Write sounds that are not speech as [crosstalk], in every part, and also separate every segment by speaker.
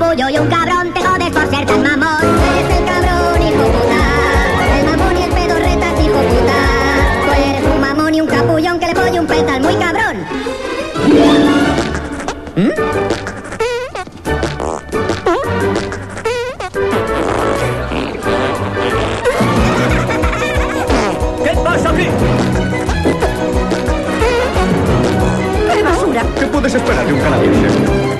Speaker 1: orgullo y un cabrón te jodes por ser tan mamón. Eres el cabrón, hijo puta. El mamón y el pedorretas, hijo puta. Tú eres un mamón y un capullón que le pone un petal muy cabrón. [laughs]
Speaker 2: ¿Qué pasa aquí?
Speaker 3: ¡Qué basura!
Speaker 4: ¿Qué puedes esperar de un canadiense?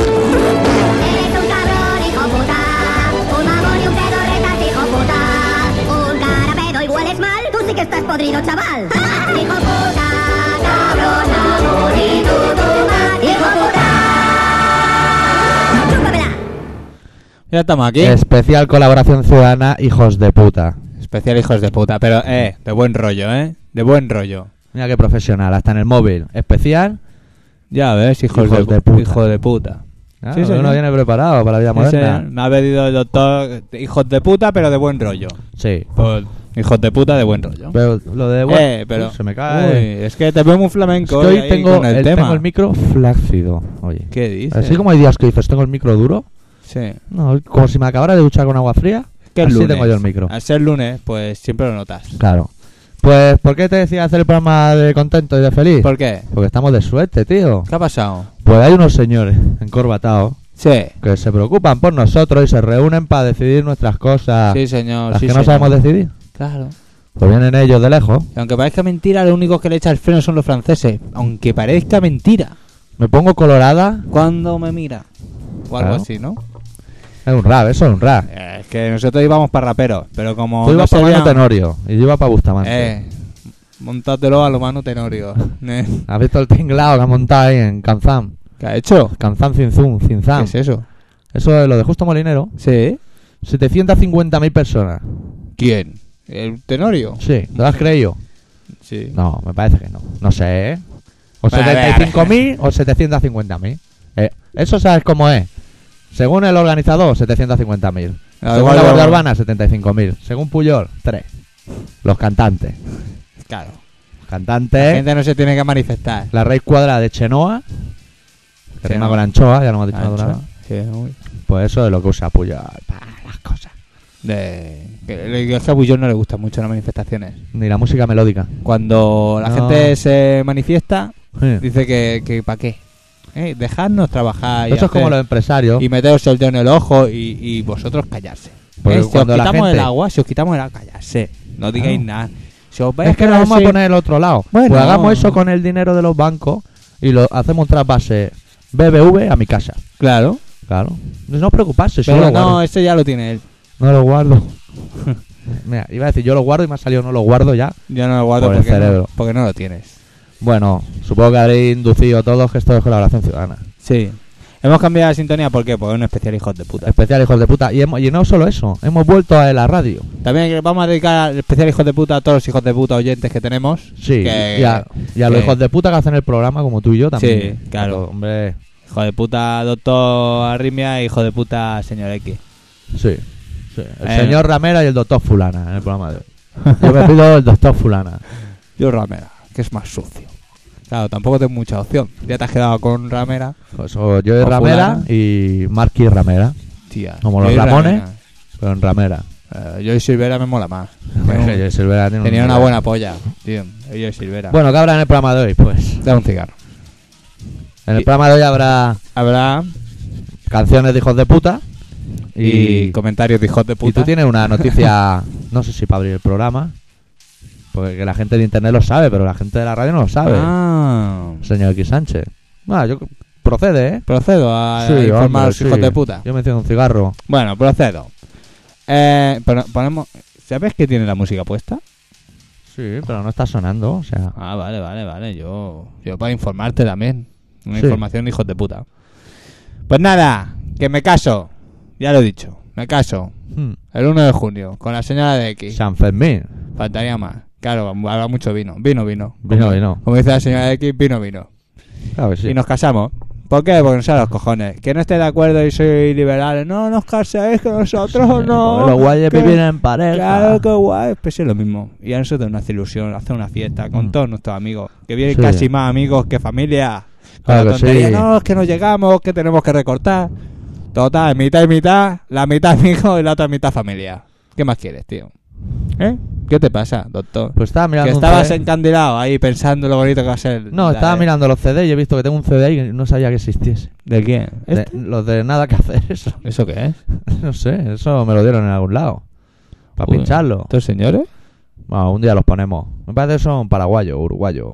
Speaker 1: Eres un cabrón, hijo puta. Un mamón y un pedorretas, hijo puta. Un carapedo y hueles mal. Tú sí que estás podrido, chaval. Hijo puta, cabrón, mamón y tú, tú más, hijo puta. Chúpamela.
Speaker 5: Ya estamos aquí.
Speaker 6: Especial colaboración ciudadana, hijos de puta.
Speaker 5: Especial hijos de puta, pero eh, de buen rollo, eh. De buen rollo.
Speaker 6: Mira qué profesional, hasta en el móvil. Especial.
Speaker 5: Ya ves, hijos,
Speaker 6: Hijos
Speaker 5: de,
Speaker 6: de puta.
Speaker 5: Hijo de puta.
Speaker 6: Claro,
Speaker 5: Sí,
Speaker 6: que
Speaker 5: señor.
Speaker 6: uno Ah, viene preparado para la vida
Speaker 5: Sí,
Speaker 6: moderna.
Speaker 5: señor. me ha pedido el doctor hijos de puta, pero de buen rollo.
Speaker 6: Sí.
Speaker 5: Pues, hijos de puta de buen rollo.
Speaker 6: Pero lo de bueno,
Speaker 5: eh, pero
Speaker 6: se me cae.
Speaker 5: Uy, es que te veo muy flamenco. hoy
Speaker 6: Estoy,
Speaker 5: ahí
Speaker 6: tengo,
Speaker 5: con el,
Speaker 6: el,
Speaker 5: tema.
Speaker 6: tengo el micro flácido. Oye.
Speaker 5: ¿Qué dices?
Speaker 6: Así como hay días que dices, tengo el micro duro.
Speaker 5: Sí.
Speaker 6: No, hoy como si me acabara de duchar con agua fría.
Speaker 5: Que el
Speaker 6: así
Speaker 5: lunes. Ah,
Speaker 6: tengo yo el micro.
Speaker 5: Al ser lunes, pues siempre lo notas.
Speaker 6: Claro. Pues, ¿por qué te decía hacer el programa de contento y de feliz?
Speaker 5: ¿Por qué?
Speaker 6: Porque estamos de suerte, tío.
Speaker 5: ¿Qué ha pasado?
Speaker 6: Pues hay unos señores encorbatados
Speaker 5: Sí.
Speaker 6: que se preocupan por nosotros y se reúnen para decidir nuestras cosas.
Speaker 5: Sí, señor.
Speaker 6: las
Speaker 5: sí,
Speaker 6: que no
Speaker 5: señor.
Speaker 6: sabemos decidir.
Speaker 5: Claro.
Speaker 6: Pues vienen ellos de lejos.
Speaker 5: Y aunque parezca mentira, los únicos que le echa el freno son los franceses. Aunque parezca mentira.
Speaker 6: Me pongo colorada.
Speaker 5: Cuando me mira. O algo
Speaker 6: Claro.
Speaker 5: así, ¿no?
Speaker 6: Es un rap, eso es un rap.
Speaker 5: Eh, Es que nosotros íbamos para raperos, pero como.
Speaker 6: Tú
Speaker 5: no
Speaker 6: ibas para
Speaker 5: sabían-
Speaker 6: Mano Tenorio y yo iba para Bustamante.
Speaker 5: Eh, montátelo a lo mano tenorio. [laughs] Eh,
Speaker 6: ¿Has visto el tinglao que ha montado ahí en Canzán?
Speaker 5: ¿Qué ha hecho?
Speaker 6: Canzán Cinzum,
Speaker 5: ¿Qué
Speaker 6: Cinzán.
Speaker 5: es eso?
Speaker 6: Eso es lo de Justo Molinero.
Speaker 5: ¿Sí?
Speaker 6: 750.000 personas.
Speaker 5: ¿Quién? ¿El tenorio?
Speaker 6: Sí, ¿te lo has creído?
Speaker 5: Sí.
Speaker 6: No, me parece que no. No sé, ¿eh? O
Speaker 5: Vale, vale.
Speaker 6: 75.000 o 750.000. Eh, eso sabes cómo es. Según el organizador, 750.000.
Speaker 5: Ah,
Speaker 6: Según
Speaker 5: igual
Speaker 6: la Guardia
Speaker 5: lo-
Speaker 6: Urbana, 75.000. Según Puyol, 3. Los cantantes.
Speaker 5: Claro.
Speaker 6: Los
Speaker 5: La
Speaker 6: cantantes.
Speaker 5: gente no se tiene que manifestar.
Speaker 6: La raíz cuadrada de Chenoa. Que
Speaker 5: Chenoa.
Speaker 6: rima
Speaker 5: Ah,
Speaker 6: con anchoa, ya lo hemos dicho
Speaker 5: Ancho.
Speaker 6: nada.
Speaker 5: Sí, uy.
Speaker 6: Pues eso es lo que usa Puyol para las cosas.
Speaker 5: De... que- le- Es que a Bullón no le gustan mucho las manifestaciones.
Speaker 6: Ni la música melódica.
Speaker 5: Cuando la
Speaker 6: No.
Speaker 5: gente se manifiesta,
Speaker 6: Sí.
Speaker 5: [laughs] dice que, que ¿para qué? Eh, dejadnos trabajar y,
Speaker 6: Eso es como
Speaker 5: hacer-
Speaker 6: los empresarios.
Speaker 5: y meteros el dedo en el ojo y, y vosotros callarse.
Speaker 6: Porque
Speaker 5: Eh, si os
Speaker 6: cuando la
Speaker 5: quitamos el
Speaker 6: gente-
Speaker 5: agua, si os quitamos el agua, callarse. No digáis nada. Si os vais
Speaker 6: Es que nos vamos a poner el otro lado.
Speaker 5: Bueno.
Speaker 6: Pues hagamos eso con el dinero de los bancos y lo hacemos un trasvase BBV a mi casa.
Speaker 5: Claro.
Speaker 6: Claro. No preocuparse, si yo
Speaker 5: Pero
Speaker 6: lo guardo.
Speaker 5: no, eh. eso ya lo tiene él.
Speaker 6: No lo
Speaker 5: [laughs]
Speaker 6: guardo. Mira, iba a decir yo lo guardo y me ha salido no lo guardo ya.
Speaker 5: Yo no lo guardo
Speaker 6: Por el
Speaker 5: porque, no,
Speaker 6: cerebro.
Speaker 5: porque no lo tienes.
Speaker 6: Bueno, supongo que habréis inducido todos que esto es colaboración ciudadana.
Speaker 5: Sí. Hemos cambiado la sintonía porque pues es un especial hijos de puta.
Speaker 6: Especial, hijos de puta. Y, hemos- y no solo eso, hemos vuelto a la radio.
Speaker 5: También vamos a dedicar al especial hijos de puta a todos los hijos de puta oyentes que tenemos.
Speaker 6: Sí,
Speaker 5: Que-
Speaker 6: y a, y a los
Speaker 5: que-
Speaker 6: hijos de puta que hacen el programa como tú y yo también.
Speaker 5: Sí, claro.
Speaker 6: Pero, hombre,
Speaker 5: Hijo de puta doctor Arrimia y hijo de puta señor X.
Speaker 6: sí. sí. El
Speaker 5: Eh.
Speaker 6: señor Ramera y el doctor Fulana en el programa de hoy. Yo me pido el doctor Fulana.
Speaker 5: Yo Ramera, que es más sucio. Claro, tampoco tengo mucha opción. Ya te has quedado con Ramera.
Speaker 6: Pues o yo y
Speaker 5: O
Speaker 6: Ramera
Speaker 5: fulana.
Speaker 6: y Marqui Ramera.
Speaker 5: Tía.
Speaker 6: Como los
Speaker 5: Yo y
Speaker 6: Ramones.
Speaker 5: Ramera.
Speaker 6: Pero en Ramera.
Speaker 5: Eh, yo y Silvera me mola
Speaker 6: [laughs]
Speaker 5: más. Tenía,
Speaker 6: Yo y Silvera tienen un
Speaker 5: tenía una
Speaker 6: nivel.
Speaker 5: buena polla, tío. Yo y Silvera.
Speaker 6: Bueno, ¿qué habrá en el programa de hoy? Pues
Speaker 5: da un cigarro.
Speaker 6: en el
Speaker 5: Y-
Speaker 6: programa de hoy habrá
Speaker 5: Habrá
Speaker 6: canciones de hijos de puta.
Speaker 5: y,
Speaker 6: Y,
Speaker 5: comentarios de hijos de
Speaker 6: y
Speaker 5: puta.
Speaker 6: tú tienes una noticia, no sé si para abrir el programa. Porque que la gente de internet lo sabe, pero la gente de la radio no lo sabe.
Speaker 5: Ah.
Speaker 6: Señor X Sánchez. Bueno, yo procede, ¿eh?
Speaker 5: Procedo a,
Speaker 6: Sí,
Speaker 5: a informar
Speaker 6: hombre,
Speaker 5: a los
Speaker 6: sí.
Speaker 5: hijos de puta.
Speaker 6: Yo me enciendo un cigarro.
Speaker 5: Bueno, procedo. Eh, pero ponemos. ¿Sabes que tiene la música puesta?
Speaker 6: Sí, pero no está sonando, o sea.
Speaker 5: Ah, vale, vale, vale. Yo, yo para informarte también. Una
Speaker 6: Sí.
Speaker 5: información, hijos de puta. Pues nada, que me caso. Ya lo he dicho. Me caso.
Speaker 6: hmm,
Speaker 5: El 1 de junio. Con la señora de X.
Speaker 6: San Fermín.
Speaker 5: Faltaría más. Claro, habrá mucho vino. Vino, vino.
Speaker 6: Vino, vino.
Speaker 5: Como dice la señora de X, vino, vino.
Speaker 6: Claro que sí.
Speaker 5: Y nos casamos. ¿Por qué? Porque no sea los cojones. Que no esté de acuerdo y soy liberal. No, no os caséis que nosotros
Speaker 6: Sí,
Speaker 5: no.
Speaker 6: porque los guayes
Speaker 5: que-
Speaker 6: viven en pareja.
Speaker 5: Claro que guay. Pues sí, es lo mismo. Y a nosotros nos hace ilusión hacer una fiesta con
Speaker 6: Mm.
Speaker 5: todos nuestros amigos. Que vienen
Speaker 6: Sí.
Speaker 5: casi más amigos que familia. Con
Speaker 6: Claro
Speaker 5: la
Speaker 6: que
Speaker 5: tontería,
Speaker 6: sí.
Speaker 5: No, es que no llegamos, que tenemos que recortar. Total, mitad y mitad. La mitad amigos y la otra mitad familia. ¿Qué más quieres, tío? ¿Eh? ¿Qué te pasa, doctor?
Speaker 6: Pues estaba mirando
Speaker 5: que
Speaker 6: un
Speaker 5: estabas
Speaker 6: CD.
Speaker 5: encandilado ahí pensando lo bonito que va a ser.
Speaker 6: No,
Speaker 5: la
Speaker 6: estaba
Speaker 5: de-
Speaker 6: mirando los CD y he visto que tengo un CD ahí que no sabía que existiese.
Speaker 5: ¿De quién?
Speaker 6: De-
Speaker 5: ¿Este?
Speaker 6: los de nada que hacer, [laughs] eso.
Speaker 5: ¿Eso qué es?
Speaker 6: No sé, eso me lo dieron en algún lado. Para
Speaker 5: Joder.
Speaker 6: pincharlo.
Speaker 5: ¿Estos señores?
Speaker 6: Bueno, un día los ponemos. Me parece que son paraguayos, uruguayos.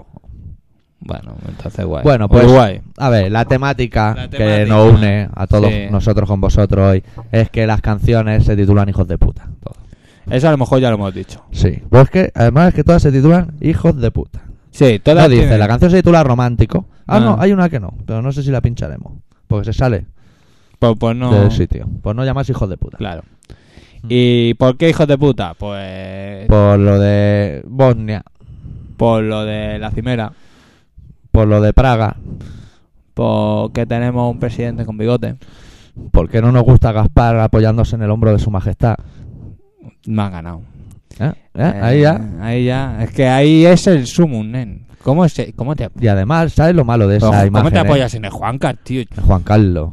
Speaker 5: Bueno, entonces guay.
Speaker 6: Bueno, pues
Speaker 5: Uruguay.
Speaker 6: a ver, la temática,
Speaker 5: La
Speaker 6: que
Speaker 5: temática.
Speaker 6: nos une a todos
Speaker 5: Sí.
Speaker 6: nosotros con vosotros hoy es que las canciones se titulan Hijos de puta. todas.
Speaker 5: Eso a lo mejor ya lo hemos dicho.
Speaker 6: Sí, pues es que además es que todas se titulan Hijos de puta.
Speaker 5: Sí, todas
Speaker 6: No dice,
Speaker 5: tienen-
Speaker 6: la canción se titula Romántico. Ah,
Speaker 5: Ah.
Speaker 6: no, hay una que no, pero no sé si la pincharemos. Porque se sale
Speaker 5: Pues, pues no.
Speaker 6: del sitio. Pues no llamas hijos de puta.
Speaker 5: Claro. ¿Y por qué hijos de puta? Pues
Speaker 6: Por lo de Bosnia,
Speaker 5: por lo de la cimera,
Speaker 6: por lo de Praga,
Speaker 5: porque tenemos un presidente con bigote.
Speaker 6: porque no nos gusta Gaspar apoyándose en el hombro de su majestad.
Speaker 5: Me ha ganado.
Speaker 6: ¿Eh? ¿Eh? Ahí ya.
Speaker 5: Eh, Ahí ya. Es que ahí es el sumum, nen. ¿Cómo, se, cómo te
Speaker 6: Y además, ¿sabes lo malo de esa
Speaker 5: ¿Cómo
Speaker 6: imagen?
Speaker 5: te
Speaker 6: eh?
Speaker 5: apoyas en el Juancar, tío?
Speaker 6: Juan Carlos.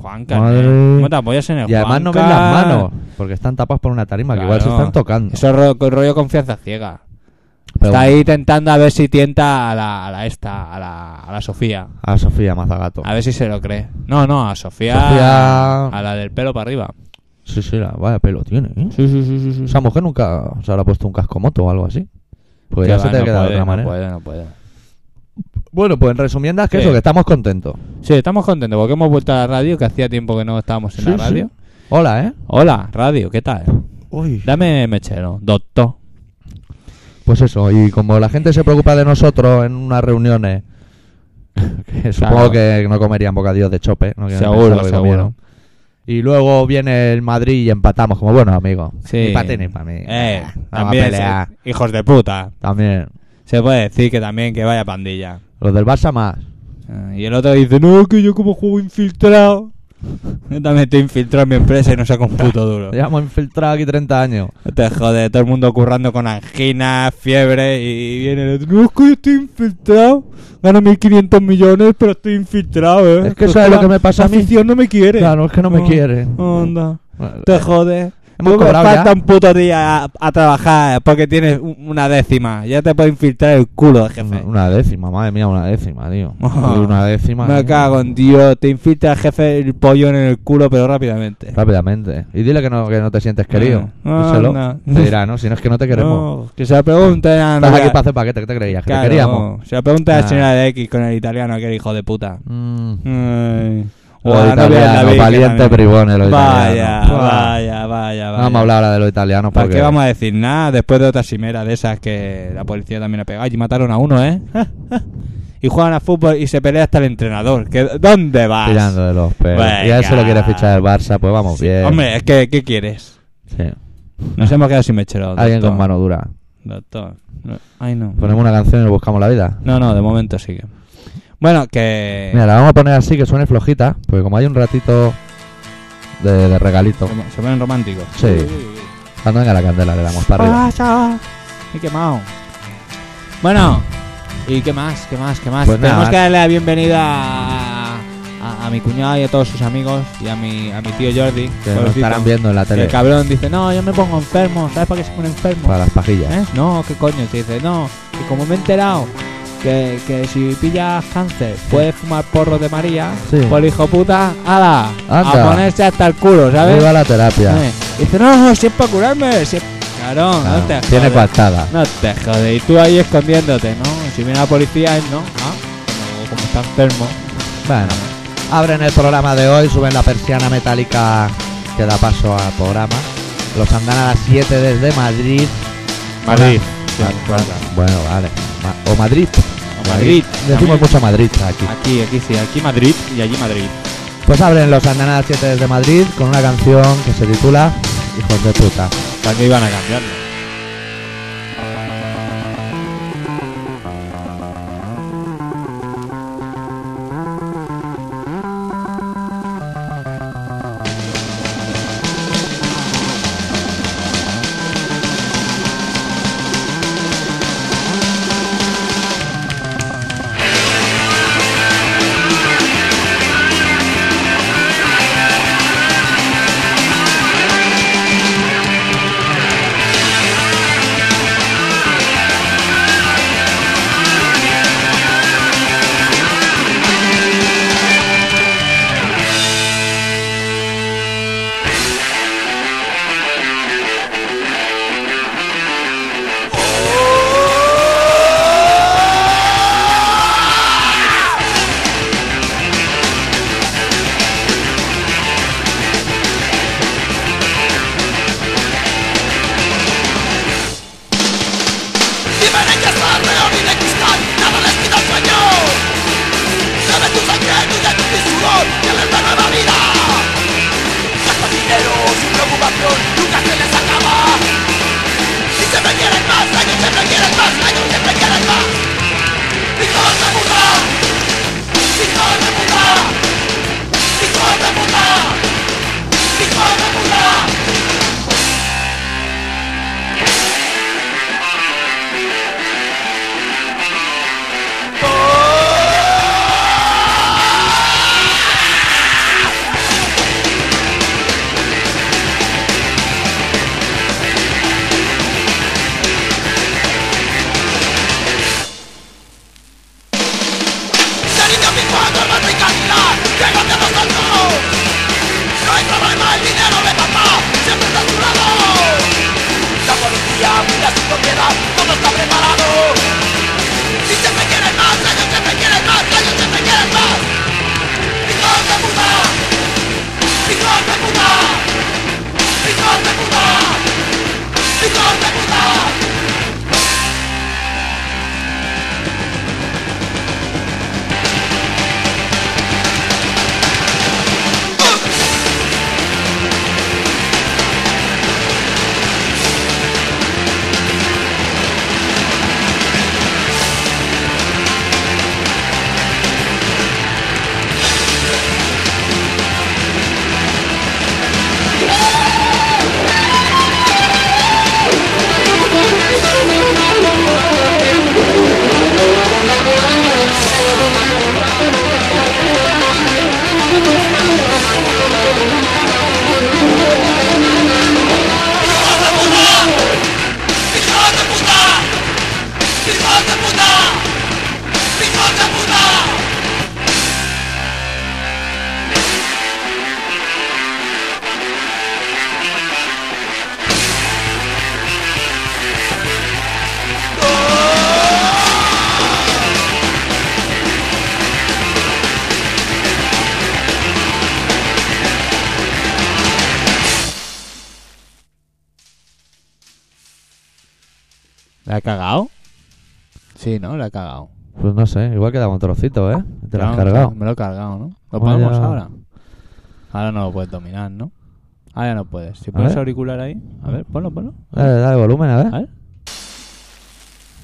Speaker 5: Juancar,
Speaker 6: Madre.
Speaker 5: nen. ¿Cómo te apoyas en el
Speaker 6: Y además no ven las
Speaker 5: Juancar?
Speaker 6: manos, porque están tapadas por una tarima, que igual se
Speaker 5: Claro.
Speaker 6: están tocando.
Speaker 5: Eso es ro- rollo, confianza ciega.
Speaker 6: Pero
Speaker 5: Está
Speaker 6: bueno,
Speaker 5: ahí intentando a ver si tienta a la, a la esta, a la, a la Sofía.
Speaker 6: A Sofía Mazagato.
Speaker 5: A ver si se lo cree. No, no, a Sofía.
Speaker 6: Sofía-
Speaker 5: A la del pelo para arriba.
Speaker 6: Sí, sí, la, vaya pelo tiene, ¿eh?
Speaker 5: Sí, sí, sí, sí.
Speaker 6: Esa mujer nunca se habrá puesto un cascomoto o algo así. Porque ya se te
Speaker 5: no
Speaker 6: queda de
Speaker 5: puede,
Speaker 6: otra
Speaker 5: no
Speaker 6: manera.
Speaker 5: puede, no puede.
Speaker 6: Bueno, pues en resumiendas que
Speaker 5: Sí.
Speaker 6: eso, que estamos contentos.
Speaker 5: Sí, estamos contentos porque hemos vuelto a la radio, que hacía tiempo que no estábamos en
Speaker 6: Sí,
Speaker 5: la
Speaker 6: sí.
Speaker 5: radio.
Speaker 6: Hola, ¿eh?
Speaker 5: Hola, radio, ¿qué tal?
Speaker 6: Uy.
Speaker 5: Dame mechero, doctor.
Speaker 6: Pues eso, y como la gente se preocupa de nosotros en unas reuniones, que [laughs] supongo que no comerían bocadillos de chope, no quieren
Speaker 5: Seguro,
Speaker 6: pensar lo que
Speaker 5: seguro.
Speaker 6: comieron. Y luego viene el Madrid y empatamos, como buenos amigos.
Speaker 5: Sí.
Speaker 6: Ni para ti ni para mí.
Speaker 5: Eh,
Speaker 6: Vamos a
Speaker 5: también,
Speaker 6: pelear.
Speaker 5: se- hijos de puta.
Speaker 6: También.
Speaker 5: Se puede decir que también que vaya pandilla.
Speaker 6: Los del Barça más.
Speaker 5: Ah, Y el otro dice, no, que yo como juego infiltrado. [laughs] Yo también estoy infiltrado en mi empresa y no saco un puto
Speaker 6: [laughs]
Speaker 5: duro.
Speaker 6: Llevamos infiltrados aquí 30 años.
Speaker 5: Te jode, todo el mundo currando con angina, fiebre y viene el otro. No, es que yo estoy infiltrado. Gano 1.500 millones, pero estoy infiltrado, ¿eh?
Speaker 6: Es que
Speaker 5: Pero
Speaker 6: ¿sabes
Speaker 5: la-
Speaker 6: lo que me pasa
Speaker 5: La
Speaker 6: a mí?
Speaker 5: afición no me quiere. Oh,
Speaker 6: Claro, es que no me quiere.
Speaker 5: Onda, te jode.
Speaker 6: Hemos
Speaker 5: No me
Speaker 6: cobrado
Speaker 5: falta
Speaker 6: ya.
Speaker 5: un puto día a, a trabajar porque tienes un- una décima. Ya te puede infiltrar el culo, jefe.
Speaker 6: Una, una décima, madre mía, una
Speaker 5: [laughs]
Speaker 6: décima, tío.
Speaker 5: Ah.
Speaker 6: una décima. ¿eh?
Speaker 5: Me
Speaker 6: tío.
Speaker 5: cago en Dios, te infiltra el jefe el pollo en el culo, pero rápidamente.
Speaker 6: Rápidamente. Y dile que no, que no te sientes querido.
Speaker 5: Ah,
Speaker 6: Díselo.
Speaker 5: anda.
Speaker 6: Te dirá, no, si no es que no te queremos.
Speaker 5: No, que se la pregunte a
Speaker 6: Estás
Speaker 5: la-
Speaker 6: aquí para hacer paquete, ¿qué te creías? Que
Speaker 5: Claro,
Speaker 6: te queríamos.
Speaker 5: Se la pregunta a la
Speaker 6: Ah.
Speaker 5: señora de X con el italiano, que era hijo de puta.
Speaker 6: Mm.
Speaker 5: Ay.
Speaker 6: Los
Speaker 5: Guau, no veas la
Speaker 6: italianos,
Speaker 5: Vicky
Speaker 6: valientes
Speaker 5: también.
Speaker 6: bribones los
Speaker 5: Vaya,
Speaker 6: italianos. Ah.
Speaker 5: vaya, vaya,
Speaker 6: No
Speaker 5: vaya.
Speaker 6: Vamos a hablar ahora de los italianos
Speaker 5: ¿Para
Speaker 6: porque
Speaker 5: qué vamos a decir nada después de otra simera de esas que la policía también ha pegado? Y mataron a uno, ¿eh? [laughs] y juegan a fútbol y se pelea hasta el entrenador. ¿Que, ¿Dónde vas?
Speaker 6: tirando de los pelos. Y a
Speaker 5: Venga.
Speaker 6: eso lo quiere fichar el Barça, pues vamos bien.
Speaker 5: Hombre, es que, ¿qué quieres?
Speaker 6: Sí.
Speaker 5: Nos hemos quedado sin mechero.
Speaker 6: Alguien
Speaker 5: doctor.
Speaker 6: con mano dura.
Speaker 5: Doctor. No. Ay, no.
Speaker 6: Ponemos una canción y nos buscamos la vida.
Speaker 5: No, no, de momento sigue. Bueno, que.
Speaker 6: Mira, la vamos a poner así que suene flojita, porque como hay un ratito de, de regalito.
Speaker 5: se- Se ponen románticos.
Speaker 6: Sí. Cuando venga la candela le damos para
Speaker 5: Ah,
Speaker 6: arriba.
Speaker 5: Pasa. Y quemado. Bueno, ¿y qué más? ¿Qué más? ¿Qué más?
Speaker 6: Pues
Speaker 5: Tenemos
Speaker 6: nada.
Speaker 5: que darle la bienvenida a, a- a mi cuñado y a todos sus amigos y a mi, a mi tío Jordi.
Speaker 6: Que nos
Speaker 5: pobrecito.
Speaker 6: estarán viendo en la
Speaker 5: Que
Speaker 6: tele
Speaker 5: el cabrón dice, no, yo me pongo enfermo. ¿Sabes por qué se pone enfermo?
Speaker 6: para las pajillas.
Speaker 5: ¿Eh? No, ¿qué coño? Te dice, no, que como me he enterado que, que si pillas cáncer puedes fumar porros de María,
Speaker 6: Sí.
Speaker 5: por hijo puta, ala, a
Speaker 6: Anda.
Speaker 5: ponerse hasta el culo, ¿sabes?
Speaker 6: Viva la terapia.
Speaker 5: Eh, Dice, no, no, si es para curarme, si es... Claro,
Speaker 6: Ah,
Speaker 5: no te
Speaker 6: tiene
Speaker 5: jodes.
Speaker 6: coartada.
Speaker 5: No te jodes, y tú ahí escondiéndote, ¿no? Si viene la policía, él no. Ah, como, como está enfermo.
Speaker 6: Bueno, abren el programa de hoy, suben la persiana metálica que da paso al programa. Los andan a las 7 desde Madrid.
Speaker 5: Madrid.
Speaker 6: Ma- ma- Bueno, vale. Ma- o Madrid.
Speaker 5: O Madrid.
Speaker 6: Decimos
Speaker 5: También.
Speaker 6: mucho Madrid aquí.
Speaker 5: Aquí, aquí sí, aquí Madrid y allí Madrid.
Speaker 6: Pues abren los andan a las 7 desde Madrid con una canción que se titula Hijos de puta.
Speaker 5: ¿Para qué iban a cambiarlo?
Speaker 7: Hijos de puta,
Speaker 5: ¿La he cagado? Sí, ¿no? La he cagado.
Speaker 6: Pues no sé, igual quedaba un trocito, ¿eh? Te lo has
Speaker 5: Claro,
Speaker 6: cargado.
Speaker 5: Me lo he cargado, ¿no? ¿Lo
Speaker 6: Vaya.
Speaker 5: podemos ahora? Ahora no lo puedes dominar, ¿no? Ahora ya no puedes. Si pones
Speaker 6: ver.
Speaker 5: auricular ahí... A ver, ponlo, ponlo.
Speaker 6: Eh, Dale, dale volumen, a ver.
Speaker 5: A ver.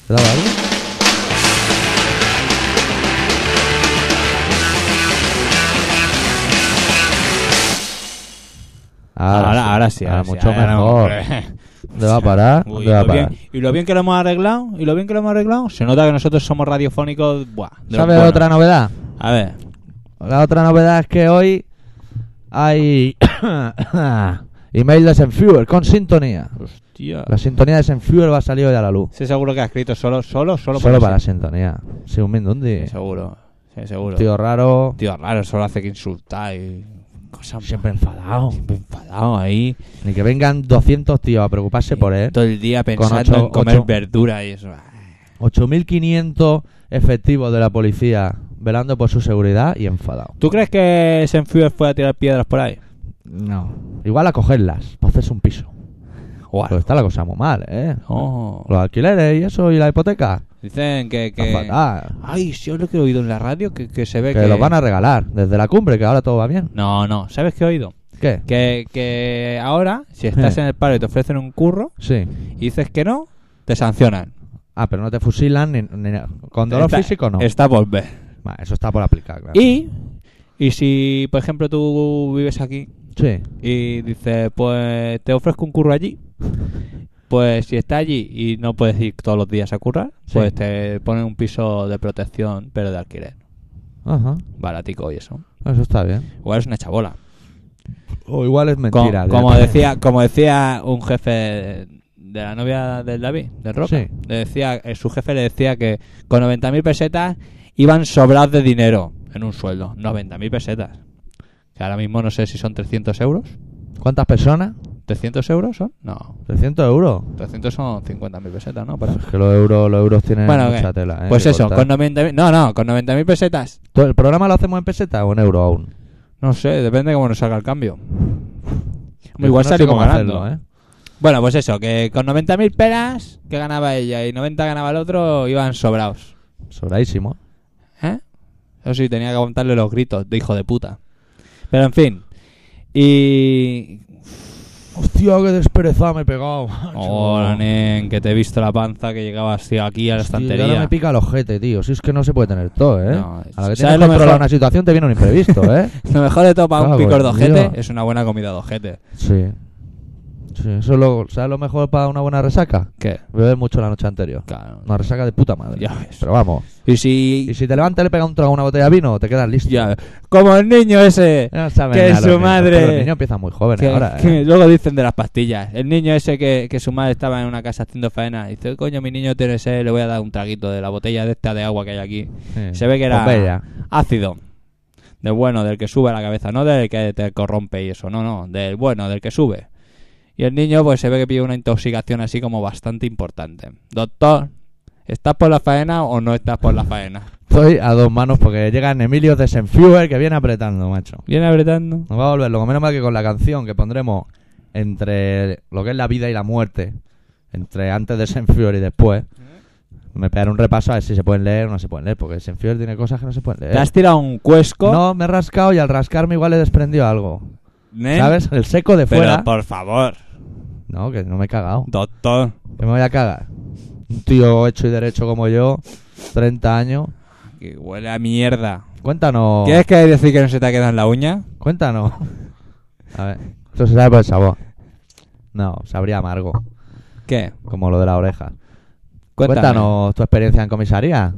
Speaker 6: ¿Te daba algo?
Speaker 5: Ahora, ahora, sí, ahora, sí,
Speaker 6: mucho
Speaker 5: ahora no,
Speaker 6: mejor. [laughs]
Speaker 5: hombre.
Speaker 6: ¿Dónde va a parar?
Speaker 5: Uy,
Speaker 6: ¿Dónde va a
Speaker 5: y, lo
Speaker 6: parar?
Speaker 5: bien, y lo bien que lo hemos arreglado, y lo bien que lo hemos arreglado, se nota que nosotros somos radiofónicos. Buah, de los
Speaker 6: ¿Sabes
Speaker 5: buenos.
Speaker 6: otra novedad?
Speaker 5: A ver,
Speaker 6: La otra novedad es que hoy hay [coughs] email de Senfuer con sintonía.
Speaker 5: hostia.
Speaker 6: Pues, La sintonía de Senfuer va a salir hoy a la luz.
Speaker 5: Sí, seguro que ha escrito solo, solo, solo,
Speaker 6: Solo para la
Speaker 5: eso.
Speaker 6: sintonía. Sí, un mindundi.
Speaker 5: Sí, seguro, sí, seguro.
Speaker 6: Tío raro.
Speaker 5: Tío raro, solo hace que insultar y cosas
Speaker 6: Siempre enfadado.
Speaker 5: siempre enfadado ahí.
Speaker 6: Ni que vengan 200 tíos a preocuparse por él.
Speaker 5: Todo el día pensando
Speaker 6: ocho-
Speaker 5: en comer
Speaker 6: ocho.
Speaker 5: verdura y eso.
Speaker 6: 8.500 efectivos de la policía velando por su seguridad y enfadado.
Speaker 5: ¿Tú crees que Senfuer fue a tirar piedras por ahí?
Speaker 6: No. Igual a cogerlas, para hacerse un piso.
Speaker 5: Guau.
Speaker 6: Pero está la cosa muy mal, ¿eh?
Speaker 5: Oh.
Speaker 6: Los alquileres y eso, y la hipoteca.
Speaker 5: Dicen que...
Speaker 6: Está
Speaker 5: que...
Speaker 6: fatal.
Speaker 5: Ay, sí, es lo que he oído en la radio, que, que se ve que...
Speaker 6: Que los van a regalar desde la cumbre, que ahora todo va bien.
Speaker 5: No, no, ¿sabes qué he oído?
Speaker 6: ¿Qué?
Speaker 5: Que, que ahora, si estás
Speaker 6: Hmm.
Speaker 5: en el paro y te ofrecen un curro
Speaker 6: Sí.
Speaker 5: y dices que no, te sancionan.
Speaker 6: Ah, pero no te fusilan ni, ni nada. con dolor
Speaker 5: Está-
Speaker 6: físico, no.
Speaker 5: Está por ver.
Speaker 6: Va, eso está por aplicar, claro.
Speaker 5: Y, y si, por ejemplo, tú vives aquí
Speaker 6: Sí.
Speaker 5: y dices, pues te ofrezco un curro allí, pues si estás allí y no puedes ir todos los días a currar,
Speaker 6: Sí.
Speaker 5: pues te ponen un piso de protección, pero de alquiler.
Speaker 6: Ajá.
Speaker 5: Baratico y eso.
Speaker 6: Eso está bien.
Speaker 5: Igual es una chabola.
Speaker 6: O igual es
Speaker 5: Co-
Speaker 6: mentira.
Speaker 5: como
Speaker 6: directamente.
Speaker 5: decía, como decía un jefe de la novia del David, del Roca,
Speaker 6: Sí.
Speaker 5: le decía, eh, su jefe le decía que con 90.000 pesetas iban sobrados de dinero en un sueldo. 90.000 pesetas. Que ahora mismo no sé si son 300 euros.
Speaker 6: ¿Cuántas personas?
Speaker 5: ¿300 euros son? No.
Speaker 6: 300 euros.
Speaker 5: 300 son 50.000 pesetas, ¿no? Para-
Speaker 6: Es que los euros, los euros tienen
Speaker 5: Bueno,
Speaker 6: mucha
Speaker 5: ok.
Speaker 6: tela. ¿eh?
Speaker 5: pues
Speaker 6: que
Speaker 5: eso,
Speaker 6: cortar.
Speaker 5: con 90.000... No, no, con 90.000 pesetas.
Speaker 6: ¿Todo ¿El programa lo hacemos en peseta o en euro aún?
Speaker 5: No sé, depende de cómo nos salga el cambio.
Speaker 6: Yo
Speaker 5: Igual
Speaker 6: no sé
Speaker 5: salimos
Speaker 6: cómo
Speaker 5: ganando.
Speaker 6: hacerlo, ¿eh?
Speaker 5: Bueno, pues eso, que con 90.000 pelas que ganaba ella y 90 ganaba el otro, iban sobrados.
Speaker 6: Sobradísimo.
Speaker 5: ¿Eh? Eso sí, tenía que aguantarle los gritos de hijo de puta. Pero en fin. Y.
Speaker 6: Hostia, qué desperezado me he pegado. [laughs] macho.
Speaker 5: Hola, nen, que te he visto la panza que llegaba así aquí a la
Speaker 6: Hostia,
Speaker 5: estantería.
Speaker 6: ahora me pica el ojete, tío. Si es que no se puede tener todo, ¿eh?
Speaker 5: No,
Speaker 6: a la que
Speaker 5: ¿sabes
Speaker 6: tienes
Speaker 5: lo
Speaker 6: controlada
Speaker 5: mejor?
Speaker 6: una situación te viene un imprevisto, ¿eh?
Speaker 5: [laughs] Lo mejor de todo para un
Speaker 6: Cago
Speaker 5: picor
Speaker 6: en
Speaker 5: de ojete
Speaker 6: Dios.
Speaker 5: es una buena comida de ojete.
Speaker 6: Sí. Sí, eso es lo, ¿sabes lo mejor para una buena resaca?
Speaker 5: ¿Qué?
Speaker 6: Beber mucho la noche anterior.
Speaker 5: Claro.
Speaker 6: Una resaca de puta madre.
Speaker 5: Ya ves.
Speaker 6: Pero vamos.
Speaker 5: Y si.
Speaker 6: Y si te levantas y le pegas un trago a una botella de vino, te quedas listo.
Speaker 5: Ya, como el niño ese.
Speaker 6: No saben
Speaker 5: Que
Speaker 6: nada
Speaker 5: su
Speaker 6: los niños.
Speaker 5: madre-
Speaker 6: Pero Los niños empiezan muy jóvenes
Speaker 5: Que-
Speaker 6: ahora. ¿eh?
Speaker 5: que luego dicen de las pastillas. El niño ese que, que su madre estaba en una casa haciendo faena. Dice, coño, mi niño tiene sed, le voy a dar un traguito de la botella de esta de agua que hay aquí.
Speaker 6: ¿eh? Sí.
Speaker 5: Se ve que era
Speaker 6: Pompeya.
Speaker 5: ácido. Del bueno, del que sube a la cabeza. No del que te corrompe y eso. No, no. Del bueno, del que sube. Y el niño pues se ve que pide una intoxicación así como bastante importante. Doctor, ¿estás por la faena o no estás por la faena?
Speaker 6: Estoy a dos manos porque llegan Emilio de Senfuer que viene apretando, macho.
Speaker 5: Viene apretando.
Speaker 6: Nos va a volver, lo menos mal que con la canción que pondremos entre lo que es la vida y la muerte, entre antes de Senfuer y después, me pegaré un repaso a ver si se pueden leer o no se pueden leer, porque Senfuer tiene cosas que no se pueden
Speaker 5: Te
Speaker 6: leer.
Speaker 5: has tirado un cuesco.
Speaker 6: No, me he rascado y al rascarme igual le desprendió algo.
Speaker 5: ¿eh?
Speaker 6: ¿Sabes? El seco de
Speaker 5: Pero
Speaker 6: fuera.
Speaker 5: por favor,
Speaker 6: No, que no me he cagado.
Speaker 5: doctor.
Speaker 6: Que me voy a cagar. Un tío hecho y derecho como yo, 30 años.
Speaker 5: Que huele a mierda.
Speaker 6: Cuéntanos.
Speaker 5: ¿Quieres que decir que no se te ha quedado en la uña?
Speaker 6: Cuéntanos. A ver. Esto se sabe por el sabor. No, sabría amargo.
Speaker 5: ¿Qué?
Speaker 6: Como lo de la oreja.
Speaker 5: Cuéntame.
Speaker 6: Cuéntanos tu experiencia en comisaría.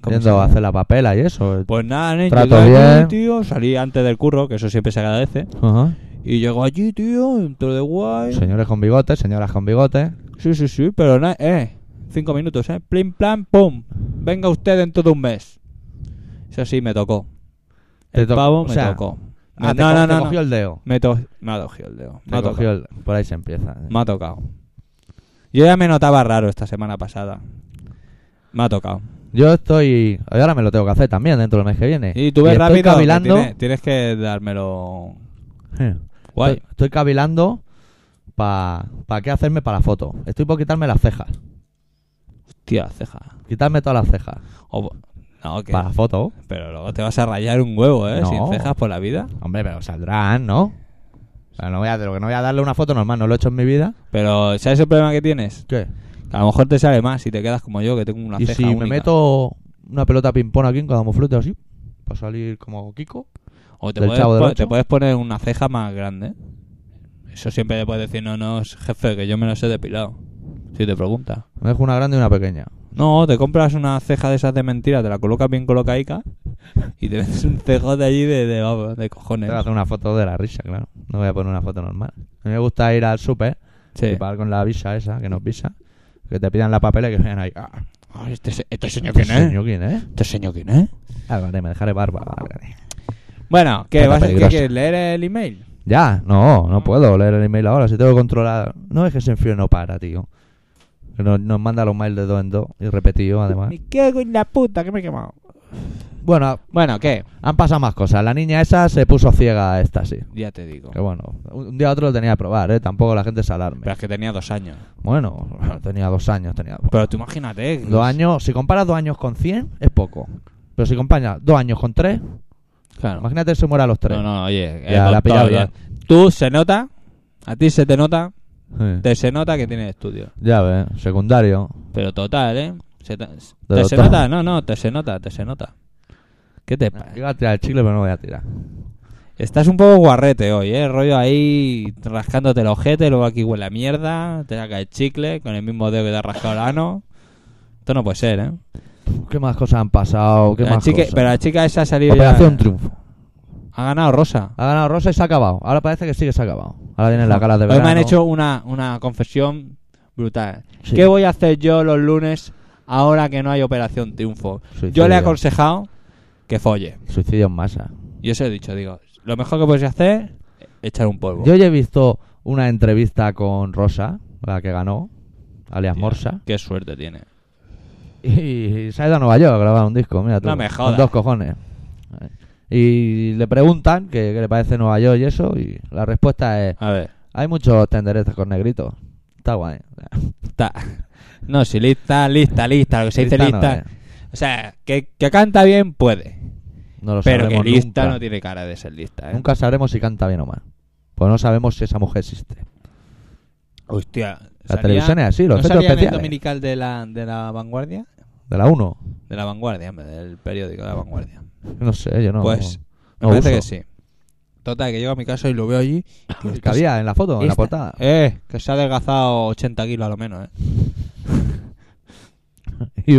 Speaker 5: ¿Cómo
Speaker 6: Yendo a
Speaker 5: se-
Speaker 6: hacer la papela y eso.
Speaker 5: Pues nada, nen,
Speaker 6: Trato
Speaker 5: llegué allí,
Speaker 6: bien.
Speaker 5: tío, salí antes del curro, que eso siempre se agradece.
Speaker 6: Ajá.
Speaker 5: Y llego allí, tío, dentro de guay.
Speaker 6: Señores con bigotes, señoras con bigotes.
Speaker 5: Sí, sí, sí, pero nada, eh. Cinco minutos, eh. Plim, plan, pum. Venga usted dentro de un mes. Eso sí, me tocó.
Speaker 6: Te
Speaker 5: El
Speaker 6: to-
Speaker 5: pavo
Speaker 6: o
Speaker 5: me
Speaker 6: sea,
Speaker 5: tocó.
Speaker 6: Ah,
Speaker 5: Ah,
Speaker 6: te
Speaker 5: no,
Speaker 6: co-
Speaker 5: no,
Speaker 6: te
Speaker 5: no,
Speaker 6: cogió
Speaker 5: no.
Speaker 6: el dedo.
Speaker 5: Me, to- me ha cogido el dedo. Me
Speaker 6: Te
Speaker 5: ha
Speaker 6: cogió
Speaker 5: tocado.
Speaker 6: el- Por ahí se empieza.
Speaker 5: Me ha tocado. Yo ya me notaba raro esta semana pasada. Me ha tocado.
Speaker 6: Yo estoy. Ahora me lo tengo que hacer también dentro del mes que viene.
Speaker 5: Y tú ves
Speaker 6: estoy
Speaker 5: rápido. que
Speaker 6: cavilando.
Speaker 5: Tienes, tienes que dármelo.
Speaker 6: Eh,
Speaker 5: Guay.
Speaker 6: Estoy, estoy cavilando para pa qué hacerme para la foto. Estoy por quitarme las cejas.
Speaker 5: Hostia, ceja.
Speaker 6: Quitarme todas las cejas.
Speaker 5: O- no, que.
Speaker 6: Para la foto.
Speaker 5: Pero luego te vas a rayar un huevo, ¿eh?
Speaker 6: No.
Speaker 5: Sin cejas por la vida.
Speaker 6: Hombre, pero saldrán, ¿no? O sea, no voy a, de lo que no voy a darle una foto normal, no lo he hecho en mi vida.
Speaker 5: Pero, ¿sabes el problema que tienes?
Speaker 6: ¿Qué?
Speaker 5: Que a lo mejor te sale más si te quedas como yo, que tengo una
Speaker 6: Y
Speaker 5: ceja.
Speaker 6: si me
Speaker 5: única.
Speaker 6: meto una pelota ping-pong aquí en cada moflete así, para salir como Kiko.
Speaker 5: O te
Speaker 6: del
Speaker 5: puedes,
Speaker 6: Chavo del
Speaker 5: po-
Speaker 6: Ocho.
Speaker 5: te puedes poner una ceja más grande. Eso siempre le puedes decir, no, no, jefe, que yo me lo he depilado. Si te pregunta.
Speaker 6: Me dejo una grande y una pequeña.
Speaker 5: No, te compras una ceja de esas de mentira, te la colocas bien colocaica y te [laughs] metes un cejote allí de, de, vamos, de
Speaker 6: Te
Speaker 5: cojones.
Speaker 6: voy a hacer una foto de la risa, claro. No voy a poner una foto normal. A mí me gusta ir al súper,
Speaker 5: Sí.
Speaker 6: y pagar con la visa esa, que nos visa, que te pidan la papel y que vayan ahí. Ah,
Speaker 5: Ay, este, se- este señor quién es.
Speaker 6: señor quién es?
Speaker 5: Este señor quién es.
Speaker 6: Álvare, me dejaré barba. álvare.
Speaker 5: Bueno, ¿qué
Speaker 6: Está
Speaker 5: vas a qué
Speaker 6: peligroso.
Speaker 5: quieres leer el email?
Speaker 6: Ya, no, no puedo leer el email ahora. Si tengo que controlar. No es que Senfío no para, tío. Que Nos, nos manda los mails de dos en dos y repetido, además.
Speaker 5: cago en la puta que me he quemado.
Speaker 6: Bueno,
Speaker 5: Bueno, ¿qué?
Speaker 6: han pasado más cosas. La niña esa se puso ciega a esta, sí.
Speaker 5: Ya te digo.
Speaker 6: Que bueno, un un día a otro lo tenía que probar, ¿eh? Tampoco la gente se alarme.
Speaker 5: Pero es que tenía dos años.
Speaker 6: Bueno, [laughs] tenía dos años, tenía dos.
Speaker 5: Pero tú imagínate.
Speaker 6: Dos años, si comparas dos años con 100, es poco. Pero si comparas dos años con tres,
Speaker 5: Claro.
Speaker 6: imagínate que se muera a los tres.
Speaker 5: No, no, oye.
Speaker 6: Ya, la
Speaker 5: eh,
Speaker 6: ha pillado
Speaker 5: doctor, ya. Tú se nota, a ti se te nota,
Speaker 6: Sí.
Speaker 5: te se nota que tienes estudios.
Speaker 6: Ya ves, secundario.
Speaker 5: Pero total, ¿eh? Se te, te se
Speaker 6: doctor.
Speaker 5: nota, no, no, te se nota, te se nota. ¿Qué te pasa?
Speaker 6: Iba a tirar el chicle, pero no voy a tirar.
Speaker 5: Estás un poco guarrete hoy, ¿eh? Rollo ahí rascándote el ojete, luego aquí huele a mierda, te saca el chicle con el mismo dedo que te has rascado el ano. Esto no puede ser, ¿eh?
Speaker 6: ¿Qué más cosas han pasado? ¿Qué
Speaker 5: La
Speaker 6: más
Speaker 5: chica-
Speaker 6: cosas?
Speaker 5: Eh, pero la chica esa ha salido ya...
Speaker 6: Operación Triunfo.
Speaker 5: Ha ganado Rosa.
Speaker 6: Ha ganado Rosa y se ha acabado. Ahora parece que sí que se ha acabado. Ahora vienen las galas de
Speaker 5: Hoy
Speaker 6: verano.
Speaker 5: me han hecho una, una confesión brutal.
Speaker 6: Sí.
Speaker 5: ¿Qué voy a hacer yo los lunes ahora que no hay Operación Triunfo? Yo le he
Speaker 6: Suicidio.
Speaker 5: aconsejado que folle.
Speaker 6: Suicidio en masa.
Speaker 5: Yo se lo he dicho, digo, lo mejor que podéis hacer es echar un polvo.
Speaker 6: Yo ya he visto una entrevista con Rosa, la que ganó, alias
Speaker 5: Tía,
Speaker 6: Morsa.
Speaker 5: Qué suerte tiene.
Speaker 6: Y se ha ido a Nueva York a grabar un disco, mira tú.
Speaker 5: No me jodas.
Speaker 6: Con dos cojones. Y le preguntan que- qué le parece Nueva York y eso, y la respuesta es:
Speaker 5: A ver,
Speaker 6: hay muchos tenderetes con negritos. Está guay.
Speaker 5: está. No, si lista, lista, lista, lo que se dice
Speaker 6: Lista no
Speaker 5: lista. O sea, que, que canta bien puede.
Speaker 6: No lo
Speaker 5: Pero que
Speaker 6: sabremos
Speaker 5: lista
Speaker 6: nunca.
Speaker 5: no tiene cara de ser lista, ¿eh?
Speaker 6: Nunca sabremos si canta bien o mal. Pues no sabemos si esa mujer existe.
Speaker 5: Hostia.
Speaker 6: La
Speaker 5: salía-
Speaker 6: televisión es así, los
Speaker 5: ¿no
Speaker 6: centros
Speaker 5: salía en el
Speaker 6: especiales.
Speaker 5: dominical de la, de la vanguardia?
Speaker 6: De la 1.
Speaker 5: De la vanguardia, hombre, del periódico de la vanguardia.
Speaker 6: [laughs] No sé, yo no.
Speaker 5: pues,
Speaker 6: no
Speaker 5: me parece
Speaker 6: uso.
Speaker 5: que sí. Total, que llego a mi casa y lo veo allí. y
Speaker 6: El
Speaker 5: digo,
Speaker 6: Ah, que había en la foto, en la
Speaker 5: pues, Esta-
Speaker 6: portada.
Speaker 5: Eh, que se ha adelgazado 80 kilos a lo menos, eh.
Speaker 6: [laughs] Y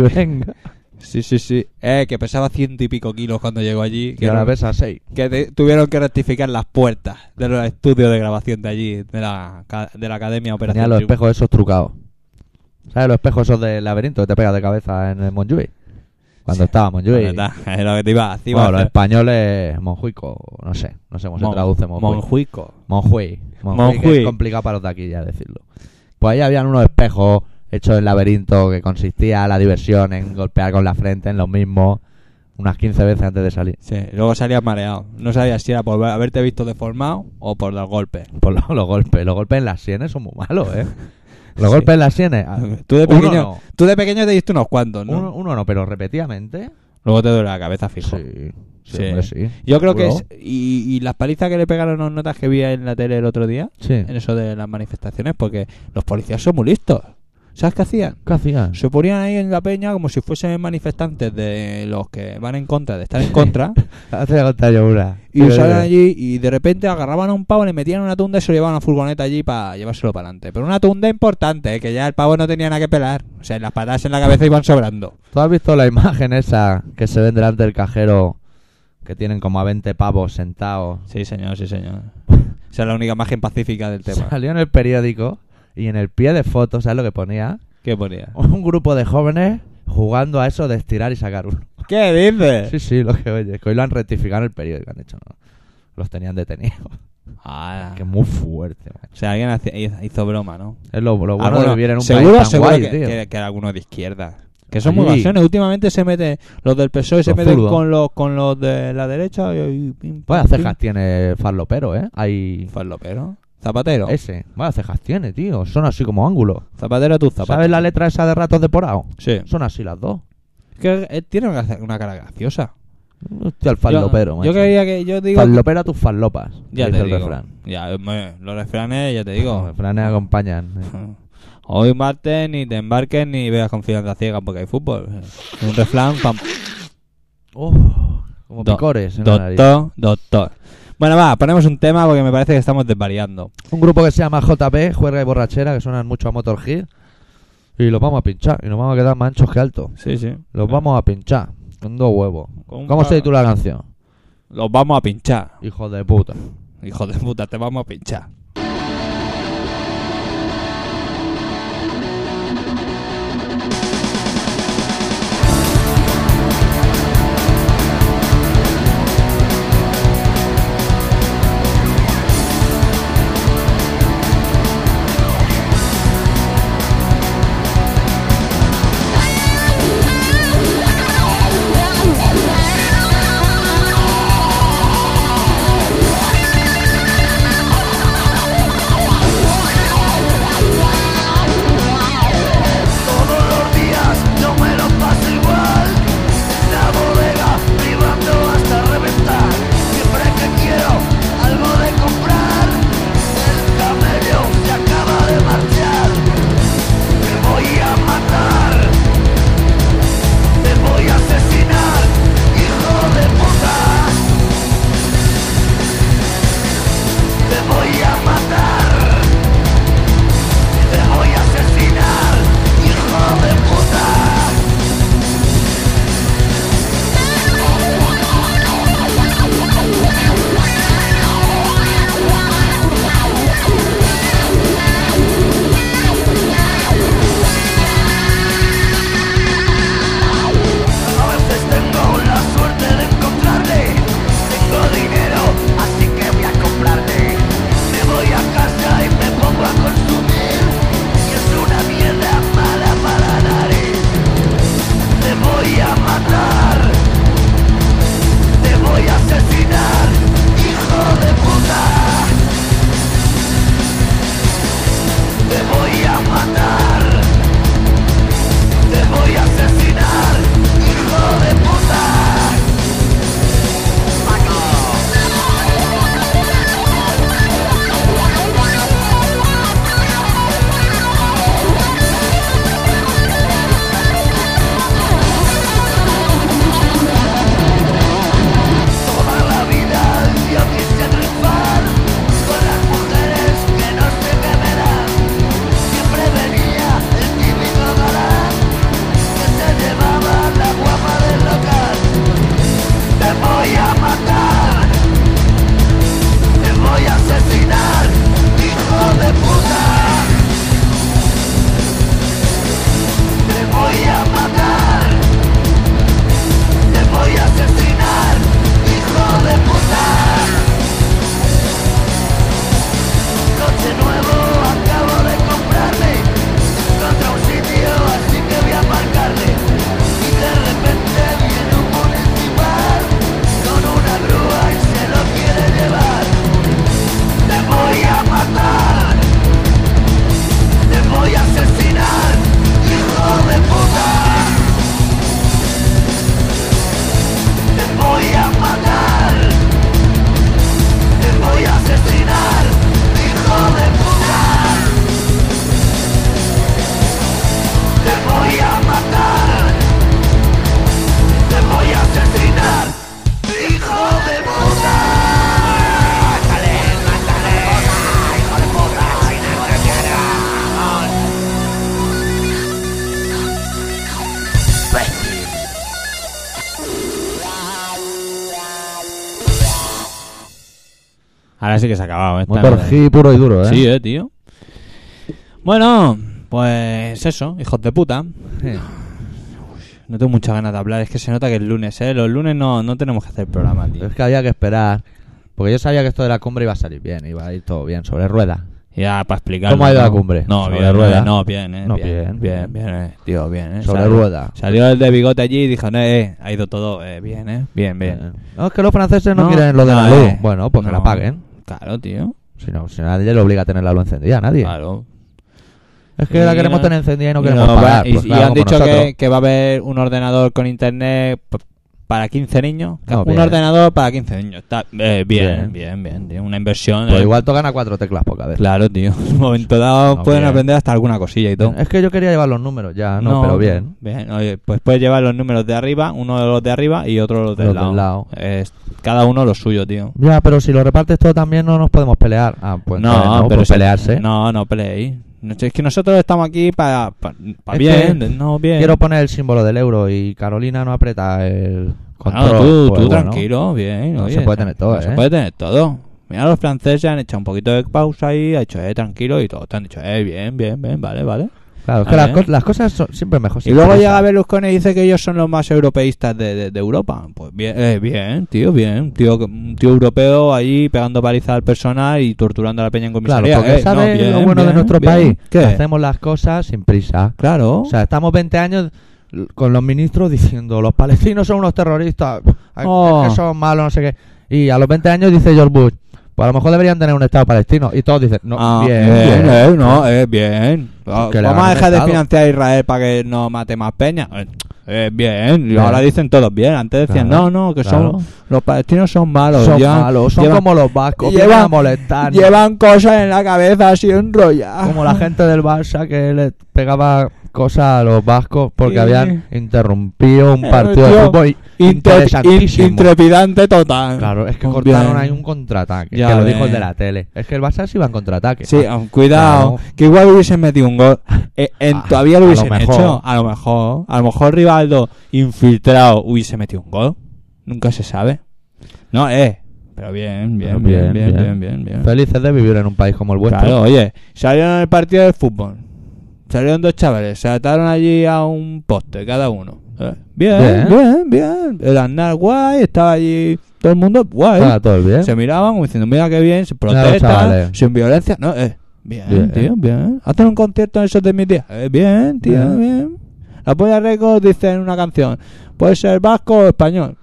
Speaker 5: [laughs]
Speaker 6: venga.
Speaker 5: Sí, sí, sí. Eh, que pesaba ciento y pico kilos cuando llegó allí.
Speaker 6: Que
Speaker 5: Que,
Speaker 6: ahora
Speaker 5: no-
Speaker 6: pesa 6.
Speaker 5: que te- tuvieron que rectificar las puertas de los estudios de grabación de allí, de la, ca- de la Academia Operación
Speaker 6: Tenía los
Speaker 5: Triunfo.
Speaker 6: espejos esos trucados. ¿Sabes los espejos esos del laberinto que te pegas de cabeza en el Monjuy? Cuando
Speaker 5: Sí.
Speaker 6: estaba Monjuy.
Speaker 5: La verdad, [laughs] Es lo que te iba, te iba
Speaker 6: Bueno,
Speaker 5: a
Speaker 6: los
Speaker 5: hacer.
Speaker 6: españoles, Monjuico, no sé, no sé cómo se
Speaker 5: Mon-
Speaker 6: traduce Monjuy.
Speaker 5: Monjuico.
Speaker 6: Monjuy. Monjuy, que
Speaker 5: Monjuy.
Speaker 6: Es complicado para los de aquí ya decirlo. Pues ahí habían unos espejos hechos en laberinto que consistía la diversión en golpear con la frente en los mismos unas 15 veces antes de salir. [laughs]
Speaker 5: Sí, luego salías mareado. No sabías si era por haberte visto deformado o por dar golpes.
Speaker 6: Por lo- Pues los, golpes, los golpes en las sienes son muy malos, ¿eh? Los
Speaker 5: Sí.
Speaker 6: golpes en las sienes. ah,
Speaker 5: [laughs] Tú de
Speaker 6: uno
Speaker 5: pequeño,
Speaker 6: no.
Speaker 5: tú de pequeño te diste unos cuantos, ¿no?
Speaker 6: Uno, uno no, pero repetidamente.
Speaker 5: Luego te duele la cabeza, fijo.
Speaker 6: Sí, sí,
Speaker 5: Sí.
Speaker 6: hombre, sí.
Speaker 5: Yo creo que
Speaker 6: Luego-
Speaker 5: es. Y, y las palizas que le pegaron los notas que vi en la tele el otro día,
Speaker 6: Sí.
Speaker 5: en eso de las manifestaciones, porque los policías son muy listos. ¿Sabes qué hacían?
Speaker 6: ¿Qué hacían?
Speaker 5: Se ponían ahí en la peña como si fuesen manifestantes de los que van en contra, de estar en [laughs] contra,
Speaker 6: Hace contar yo una.
Speaker 5: y salían allí y de repente agarraban a un pavo, le metían una tunda y se lo llevaban a una furgoneta allí para llevárselo para adelante. Pero una tunda importante, ¿eh? que ya el pavo no tenía nada que pelar. O sea, las patadas en la cabeza iban sobrando.
Speaker 6: ¿Tú has visto la imagen esa que se ven delante del cajero que tienen como a 20 pavos sentados?
Speaker 5: Sí, señor, sí, señor. [laughs] Esa es la única imagen pacífica del tema.
Speaker 6: Salió en el periódico y en el pie de foto, ¿sabes lo que ponía?
Speaker 5: [laughs] ¿Qué ponía?
Speaker 6: Un grupo de jóvenes jugando a eso de estirar y sacar uno.
Speaker 5: ¿Qué dices?
Speaker 6: Sí, sí, lo que oye. Que hoy lo han rectificado en el periódico, han dicho, no. Los tenían detenidos.
Speaker 5: Ah,
Speaker 6: Que muy fuerte, macho.
Speaker 5: o sea, alguien hace- hizo broma, ¿no?
Speaker 6: Es lo, lo
Speaker 5: Ah,
Speaker 6: bueno de
Speaker 5: bueno,
Speaker 6: vivir en un
Speaker 5: seguro,
Speaker 6: país tan
Speaker 5: seguro
Speaker 6: guay,
Speaker 5: que,
Speaker 6: tío.
Speaker 5: que- que era alguno de izquierda. Que son muy
Speaker 6: Allí.
Speaker 5: vaciones. Últimamente se mete los del PSOE se
Speaker 6: Los
Speaker 5: meten
Speaker 6: zurdos.
Speaker 5: con los con los de la derecha y, y pim,
Speaker 6: Vaya
Speaker 5: pim,
Speaker 6: cejas tiene Farlopero, ¿eh? Hay
Speaker 5: pim. Farlopero. Zapatero.
Speaker 6: Ese. Vaya cejas tiene, tío. Son así como ángulos.
Speaker 5: Zapatero tus zapatos.
Speaker 6: ¿Sabes la letra esa de ratos de porao?
Speaker 5: Sí.
Speaker 6: Son así las dos.
Speaker 5: Es que él tiene una, una cara graciosa.
Speaker 6: Hostia, el fallopero,
Speaker 5: yo,
Speaker 6: macho.
Speaker 5: yo creía que yo digo.
Speaker 6: Fallopera tus fallopas.
Speaker 5: ya
Speaker 6: dice
Speaker 5: te
Speaker 6: el
Speaker 5: digo.
Speaker 6: refrán.
Speaker 5: Ya, hombre, los refranes, ya te
Speaker 6: Los
Speaker 5: digo.
Speaker 6: refranes acompañan. eh.
Speaker 5: Hoy martes ni te embarques ni veas confianza ciega porque hay fútbol. Un refrán pam,
Speaker 6: Uf, como
Speaker 5: Oh, Do-
Speaker 6: picores en la nariz.
Speaker 5: Doctor, doctor. Bueno, va, ponemos un tema porque me parece que estamos desvariando.
Speaker 6: Un grupo que se llama JP, Juerga y Borrachera, que suenan mucho a Motorhead. Y los vamos a pinchar. Y nos vamos a quedar más anchos que altos.
Speaker 5: Sí, sí.
Speaker 6: Los vamos a pinchar. Con dos huevos.
Speaker 5: Con un
Speaker 6: ¿Cómo se
Speaker 5: palo.
Speaker 6: titula la canción?
Speaker 5: Los vamos a pinchar.
Speaker 6: Hijo de puta.
Speaker 5: Hijo de puta, te vamos a pinchar.
Speaker 7: Todos los días no me lo paso igual La bodega privando hasta reventar Siempre que quiero algo de comprar El camello se acaba de marchar Te voy a matar Te voy a asesinar Hijo de puta Te voy a matar Te voy a asesinar Hijo de puta A veces tengo la suerte de encontrarle Tengo dinero, así que voy a comprarle Me voy a casa y me pongo a consumir Y es una mierda mala para la nariz Te voy a matar Te voy a asesinar, hijo de puta Te voy a matar te voy a asesinar, hijo de puta. Toda la vida yo quise triunfar con las mujeres que no se me verán. Siempre venía el típico galán que se llevaba la guapa del local. Te voy a matar, te voy a asesinar, hijo de puta. Te voy a matar, te voy a asesinar, hijo de puta. Coche nuevo acabo de comprarme Contra un sitio así que voy a marcarle Y de repente viene un municipal Con una grúa y se lo quiere llevar Te voy a matar Te voy a asesinar Hijo de puta Te voy a matar te voy a asesinar, hijo de puta. Te voy a matar. Te voy a asesinar, hijo de puta. Mátale, mátale, hijo de puta, si no te quiero.
Speaker 5: Ahora sí que se ha acabado. Esta
Speaker 6: Motorhead puro y duro, ¿eh?
Speaker 5: Sí, eh, tío. Bueno, pues eso, hijos de puta. No tengo muchas ganas de hablar, es que se nota que es lunes, ¿eh? Los lunes no, no tenemos que hacer programa, tío.
Speaker 6: [laughs] Es que había que esperar. Porque yo sabía que esto de la cumbre iba a salir bien, iba a ir todo bien, sobre ruedas.
Speaker 5: Ya, para explicarlo.
Speaker 6: ¿Cómo ha ido
Speaker 5: ¿no?
Speaker 6: la cumbre?
Speaker 5: No,
Speaker 6: ¿Sobre
Speaker 5: bien,
Speaker 6: rueda?
Speaker 5: eh, no, bien, eh,
Speaker 6: No,
Speaker 5: bien,
Speaker 6: bien.
Speaker 5: bien, bien, eh, tío, bien, eh.
Speaker 6: Sobre
Speaker 5: Salió-
Speaker 6: rueda.
Speaker 5: Salió el de bigote allí y dijo, no, eh, ha ido todo eh, bien, eh, bien, bien.
Speaker 6: Eh, No, es que los franceses no, quieren lo de
Speaker 5: no,
Speaker 6: la luz.
Speaker 5: eh,
Speaker 6: Bueno, pues que
Speaker 5: no.
Speaker 6: la paguen.
Speaker 5: Claro, tío.
Speaker 6: Si no, si nadie le obliga a tener la luz encendida, nadie.
Speaker 5: Claro.
Speaker 6: Es que la
Speaker 5: Ah, Y
Speaker 6: queremos
Speaker 5: no-
Speaker 6: tener encendida y no
Speaker 5: Y
Speaker 6: queremos
Speaker 5: no,
Speaker 6: pagar.
Speaker 5: va- y-
Speaker 6: Pues
Speaker 5: y
Speaker 6: claro,
Speaker 5: han
Speaker 6: como
Speaker 5: dicho
Speaker 6: nosotros.
Speaker 5: que, que va a haber un ordenador con internet p- para 15 niños.
Speaker 6: No,
Speaker 5: un
Speaker 6: bien.
Speaker 5: ordenador para 15 niños. Está- eh, bien,
Speaker 6: Bien.
Speaker 5: bien, bien, tío. Una inversión.
Speaker 6: Pues
Speaker 5: eh.
Speaker 6: igual tocan a cuatro teclas poca vez.
Speaker 5: Claro, tío. [laughs] En un momento dado
Speaker 6: No,
Speaker 5: pueden
Speaker 6: bien.
Speaker 5: aprender hasta alguna cosilla y todo.
Speaker 6: Es que yo quería llevar los números ya, no, pero bien.
Speaker 5: Bien, oye, pues puedes llevar los números de arriba, uno de los de arriba y otro de los del
Speaker 6: Los del
Speaker 5: lado.
Speaker 6: lado.
Speaker 5: Es- cada uno lo suyo, tío.
Speaker 6: Ya, pero si lo repartes todo también no nos podemos pelear. Ah, pues entonces no, por
Speaker 5: si-
Speaker 6: pelearse.
Speaker 5: No, no peleéis. No, Es que nosotros estamos aquí para pa, pa
Speaker 6: Es
Speaker 5: bien,
Speaker 6: que
Speaker 5: no bien.
Speaker 6: Quiero poner el símbolo del euro y Carolina no aprieta el
Speaker 5: Claro,
Speaker 6: control.
Speaker 5: tú,
Speaker 6: pues
Speaker 5: tú
Speaker 6: bueno.
Speaker 5: tranquilo, bien.
Speaker 6: No
Speaker 5: oye,
Speaker 6: se puede tener todo,
Speaker 5: no se
Speaker 6: ¿eh?
Speaker 5: puede tener todo. Mira, los franceses han hecho un poquito de pausa ahí, ha hecho, eh, tranquilo, y todos te han dicho, eh, bien, bien, bien, vale, vale.
Speaker 6: Claro, es
Speaker 5: Ah,
Speaker 6: que las,
Speaker 5: bien.
Speaker 6: cos- las cosas son siempre mejor.
Speaker 5: Y
Speaker 6: sin
Speaker 5: luego
Speaker 6: prisa.
Speaker 5: llega Berlusconi y dice que ellos son los más europeístas de, de- de Europa. Pues bien, eh, bien, tío, bien. Un tío, que- un tío europeo allí pegando paliza al personal y torturando a la peña en
Speaker 6: Claro,
Speaker 5: comisaría.
Speaker 6: porque
Speaker 5: Eh, no,
Speaker 6: ¿sabes
Speaker 5: bien,
Speaker 6: lo bueno de
Speaker 5: bien,
Speaker 6: nuestro
Speaker 5: bien.
Speaker 6: país?
Speaker 5: ¿Qué?
Speaker 6: Que hacemos las cosas sin prisa.
Speaker 5: Claro.
Speaker 6: O sea, estamos 20 años l- con los ministros diciendo los palestinos son unos terroristas, ay,
Speaker 5: Oh.
Speaker 6: es que son malos, no sé qué. Y a los 20 años dice George Bush, pues a lo mejor deberían tener un Estado palestino. Y todos dicen, no,
Speaker 5: Ah,
Speaker 6: bien,
Speaker 5: bien,
Speaker 6: bien.
Speaker 5: eh, no, eh, bien. Ah,
Speaker 6: Que le
Speaker 5: Vamos a
Speaker 6: hagan un
Speaker 5: dejar de
Speaker 6: estado.
Speaker 5: financiar a Israel para que no mate más peña. Eh, eh, bien. Y
Speaker 6: Bien.
Speaker 5: ahora dicen todos bien. Antes decían,
Speaker 6: Claro,
Speaker 5: no, no, que
Speaker 6: claro.
Speaker 5: son los palestinos son malos.
Speaker 6: son
Speaker 5: llevan-
Speaker 6: malos, son
Speaker 5: llevan-
Speaker 6: como los vascos,
Speaker 5: llevan-
Speaker 6: vienen a molestar.
Speaker 5: llevan cosas en la cabeza así enrolladas.
Speaker 6: Como la gente del Barça que le pegaba cosas a los vascos porque
Speaker 5: Sí.
Speaker 6: habían interrumpido un
Speaker 5: Eh,
Speaker 6: partido de
Speaker 5: tío,
Speaker 6: fútbol
Speaker 5: Inter-
Speaker 6: interesantísimo.
Speaker 5: in- intrepidante total. Pues
Speaker 6: Claro, es que
Speaker 5: Bien.
Speaker 6: cortaron ahí un contraataque.
Speaker 5: Ya
Speaker 6: que lo
Speaker 5: ves.
Speaker 6: dijo el de la tele. Es que el Barça sí iba en contraataque.
Speaker 5: Sí, aun- cuidado,
Speaker 6: Claro.
Speaker 5: que igual hubiesen metido un gol. Eh, en-
Speaker 6: Ah,
Speaker 5: todavía lo
Speaker 6: a lo
Speaker 5: hubiesen
Speaker 6: mejor.
Speaker 5: hecho, a lo mejor. A lo mejor Rivaldo, infiltrado, hubiese metido un gol. Nunca se sabe. No, eh. Pero bien, bien,
Speaker 6: Pero
Speaker 5: bien, bien,
Speaker 6: bien,
Speaker 5: bien, bien.
Speaker 6: bien.
Speaker 5: bien.
Speaker 6: Felices de vivir en un país como el vuestro.
Speaker 5: Claro, oye, salieron en el partido de fútbol. Salieron dos chavales, se ataron allí a un poste cada uno. Eh, Bien,
Speaker 6: Bien.
Speaker 5: bien, bien. El Aznar guay, estaba allí todo el mundo guay.
Speaker 6: Estaba todo bien.
Speaker 5: Se miraban como diciendo, mira qué bien, sin
Speaker 6: ¿Eh? Claro,
Speaker 5: protesta,
Speaker 6: chavales.
Speaker 5: sin violencia. No, eh, bien,
Speaker 6: Bien.
Speaker 5: tío, bien. Hacen un concierto en esos de mis días. Eh, bien, tío, bien.
Speaker 6: Bien.
Speaker 5: La Polla Records dice en una canción, puede ser vasco o español.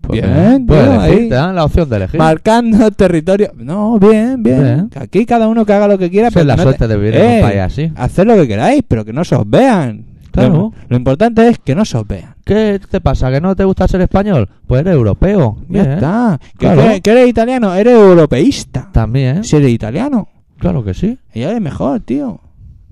Speaker 6: Pues
Speaker 5: bien, tío,
Speaker 6: Puedes elegir,
Speaker 5: ahí.
Speaker 6: te dan la opción de elegir.
Speaker 5: Marcando el territorio. No, bien, bien.
Speaker 6: Bien.
Speaker 5: Que Aquí cada uno que haga lo que quiera.
Speaker 6: Esa es la
Speaker 5: no te-
Speaker 6: suerte de vivir en un
Speaker 5: Eh,
Speaker 6: país así.
Speaker 5: Haced lo que queráis, pero que no se os vean. Lo,
Speaker 6: Claro.
Speaker 5: lo importante es que no se os vean.
Speaker 6: ¿Qué te pasa? ¿Que no te gusta ser español? Pues eres europeo.
Speaker 5: Ya
Speaker 6: Bien.
Speaker 5: está. Que,
Speaker 6: Claro.
Speaker 5: que- que eres italiano, eres europeísta.
Speaker 6: También,
Speaker 5: Si eres italiano.
Speaker 6: Claro que sí.
Speaker 5: Y eres mejor, tío.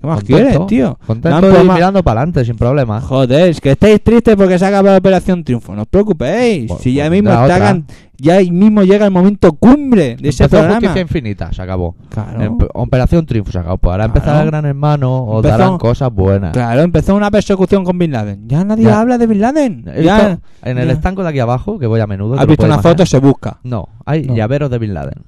Speaker 5: ¿Qué más
Speaker 6: Contento.
Speaker 5: quieres, tío?
Speaker 6: Contento
Speaker 5: Dan por
Speaker 6: y
Speaker 5: ma-
Speaker 6: mirando para adelante sin problema.
Speaker 5: Joder, es que estáis tristes porque se acaba la Operación Triunfo. No os preocupéis.
Speaker 6: Pues-
Speaker 5: si ya
Speaker 6: pues
Speaker 5: mismo
Speaker 6: vendrá
Speaker 5: te
Speaker 6: otra.
Speaker 5: hagan- ya ahí mismo llega el momento cumbre de ese
Speaker 6: Empezó
Speaker 5: programa.
Speaker 6: Justicia Infinita, se acabó.
Speaker 5: Claro.
Speaker 6: Em- Operación Triunfo se acabó. Pues ahora
Speaker 5: Claro.
Speaker 6: empezará el Gran Hermano o
Speaker 5: Empezó-
Speaker 6: darán cosas buenas.
Speaker 5: Claro, empezó una persecución con Bin Laden. Ya nadie
Speaker 6: Ya.
Speaker 5: habla de Bin Laden.
Speaker 6: He
Speaker 5: Ya.
Speaker 6: visto en el
Speaker 5: ya.
Speaker 6: estanco de aquí abajo, que voy a menudo.
Speaker 5: Has
Speaker 6: te lo
Speaker 5: visto
Speaker 6: puedes
Speaker 5: una foto,
Speaker 6: imaginar.
Speaker 5: se busca.
Speaker 6: No, hay
Speaker 5: No.
Speaker 6: llaveros de Bin Laden.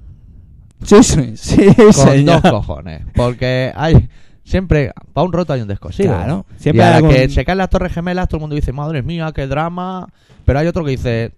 Speaker 5: Sí, sí, sí,
Speaker 6: Con
Speaker 5: señor.
Speaker 6: dos cojones. Porque hay. Siempre. Para un roto hay un descosido.
Speaker 5: Claro, siempre
Speaker 6: y a
Speaker 5: hay
Speaker 6: la
Speaker 5: algún-
Speaker 6: que se caen las Torres Gemelas, todo el mundo dice, madre mía, qué drama. Pero hay otro que dice,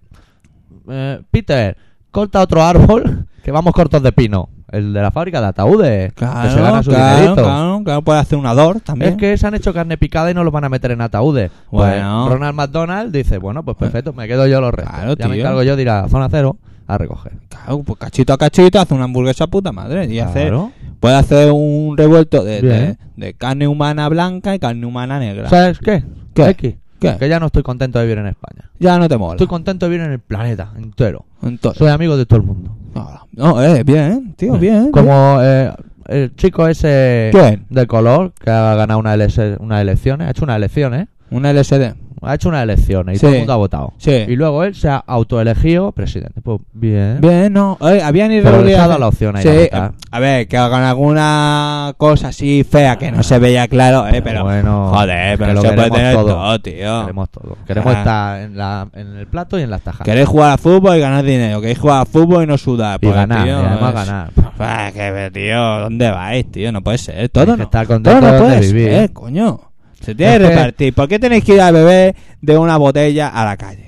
Speaker 6: "Eh, Peter, corta otro árbol, [laughs] que vamos cortos de pino. El de la fábrica de ataúdes. que se
Speaker 5: Claro,
Speaker 6: gana su
Speaker 5: claro,
Speaker 6: dinerito.
Speaker 5: claro, claro, puede hacer un ador también.
Speaker 6: Es que se han hecho carne picada y no los van a meter en ataúdes.
Speaker 5: Bueno.
Speaker 6: Pues Ronald McDonald dice, bueno, pues perfecto, me quedo yo los restos.
Speaker 5: Claro,
Speaker 6: ya me
Speaker 5: tío.
Speaker 6: encargo yo de ir a zona cero a recoger.
Speaker 5: Claro, pues cachito a cachito hace una hamburguesa puta madre. Y hace,
Speaker 6: Claro.
Speaker 5: puede hacer un revuelto de, de-
Speaker 6: Bien.
Speaker 5: de carne humana blanca y carne humana negra.
Speaker 6: ¿Sabes qué?
Speaker 5: ¿Qué?
Speaker 6: X,
Speaker 5: ¿Qué?
Speaker 6: Que ya no estoy contento de vivir en España.
Speaker 5: Ya no te mola.
Speaker 6: Estoy contento de vivir en el planeta entero.
Speaker 5: Entonces,
Speaker 6: Soy amigo de todo el mundo.
Speaker 5: ahora. no, eh, bien, tío, bien.
Speaker 6: Como eh, el chico ese
Speaker 5: ¿Quién?
Speaker 6: de color que ha ganado una LS unas elecciones, ha hecho unas elecciones,
Speaker 5: Una LSD.
Speaker 6: ha hecho unas elecciones y
Speaker 5: Sí.
Speaker 6: todo el mundo ha votado.
Speaker 5: Sí.
Speaker 6: Y luego él se ha autoelegido presidente. Pues bien.
Speaker 5: Bien, no, eh, habían
Speaker 6: Pero le ha
Speaker 5: irregularidades.
Speaker 6: dado la opción ahí.
Speaker 5: Sí,
Speaker 6: a
Speaker 5: eh,
Speaker 6: votar.
Speaker 5: a ver, que hagan alguna cosa así fea que no se veía claro, eh, pero.
Speaker 6: bueno,
Speaker 5: joder,
Speaker 6: que
Speaker 5: pero
Speaker 6: lo
Speaker 5: se puede
Speaker 6: queremos
Speaker 5: tener todo,
Speaker 6: todo.
Speaker 5: tío.
Speaker 6: Queremos todo. Queremos
Speaker 5: Ah.
Speaker 6: estar en, la, en el plato y en las tajas.
Speaker 5: Queréis jugar a fútbol y ganar dinero, queréis jugar a fútbol y no sudar.
Speaker 6: y
Speaker 5: porque,
Speaker 6: ganar,
Speaker 5: tío,
Speaker 6: y además
Speaker 5: es-
Speaker 6: ganar.
Speaker 5: Ah, que, tío, ¿dónde vais, tío? No puede ser,
Speaker 6: Hay
Speaker 5: todo
Speaker 6: que
Speaker 5: no.
Speaker 6: estar
Speaker 5: Todo
Speaker 6: contento
Speaker 5: no
Speaker 6: de
Speaker 5: puede
Speaker 6: vivir.
Speaker 5: ser, coño. Se tiene que
Speaker 6: Es que-
Speaker 5: repartir. ¿Por qué tenéis que ir a beber de una botella a la calle?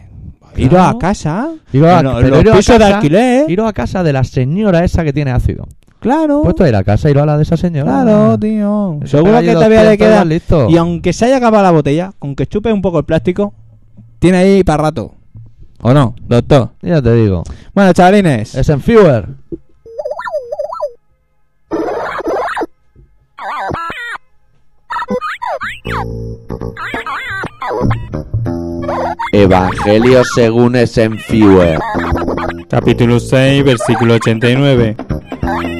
Speaker 5: Iros a casa,
Speaker 6: Iros a-
Speaker 5: lo-
Speaker 6: pero
Speaker 5: los
Speaker 6: iros a
Speaker 5: pisos de
Speaker 6: casa,
Speaker 5: alquiler, ¿eh?
Speaker 6: Iros a casa de la señora esa que tiene ácido.
Speaker 5: claro.
Speaker 6: Puesto a ir a casa, ir a la de esa señora.
Speaker 5: Uh.
Speaker 6: Ah.
Speaker 5: Claro, tío.
Speaker 6: Eso
Speaker 5: Seguro
Speaker 6: pega
Speaker 5: que
Speaker 6: allí
Speaker 5: todavía le
Speaker 6: 200
Speaker 5: queda.
Speaker 6: y listo.
Speaker 5: Y aunque se haya acabado la botella, con que chupe un poco el plástico, tiene ahí para rato. ¿O no, doctor?
Speaker 6: Ya te digo.
Speaker 5: Bueno, chavalines.
Speaker 6: Es en Fewer.
Speaker 8: Evangelio según Eisenhower.
Speaker 5: Capítulo 6, versículo 89.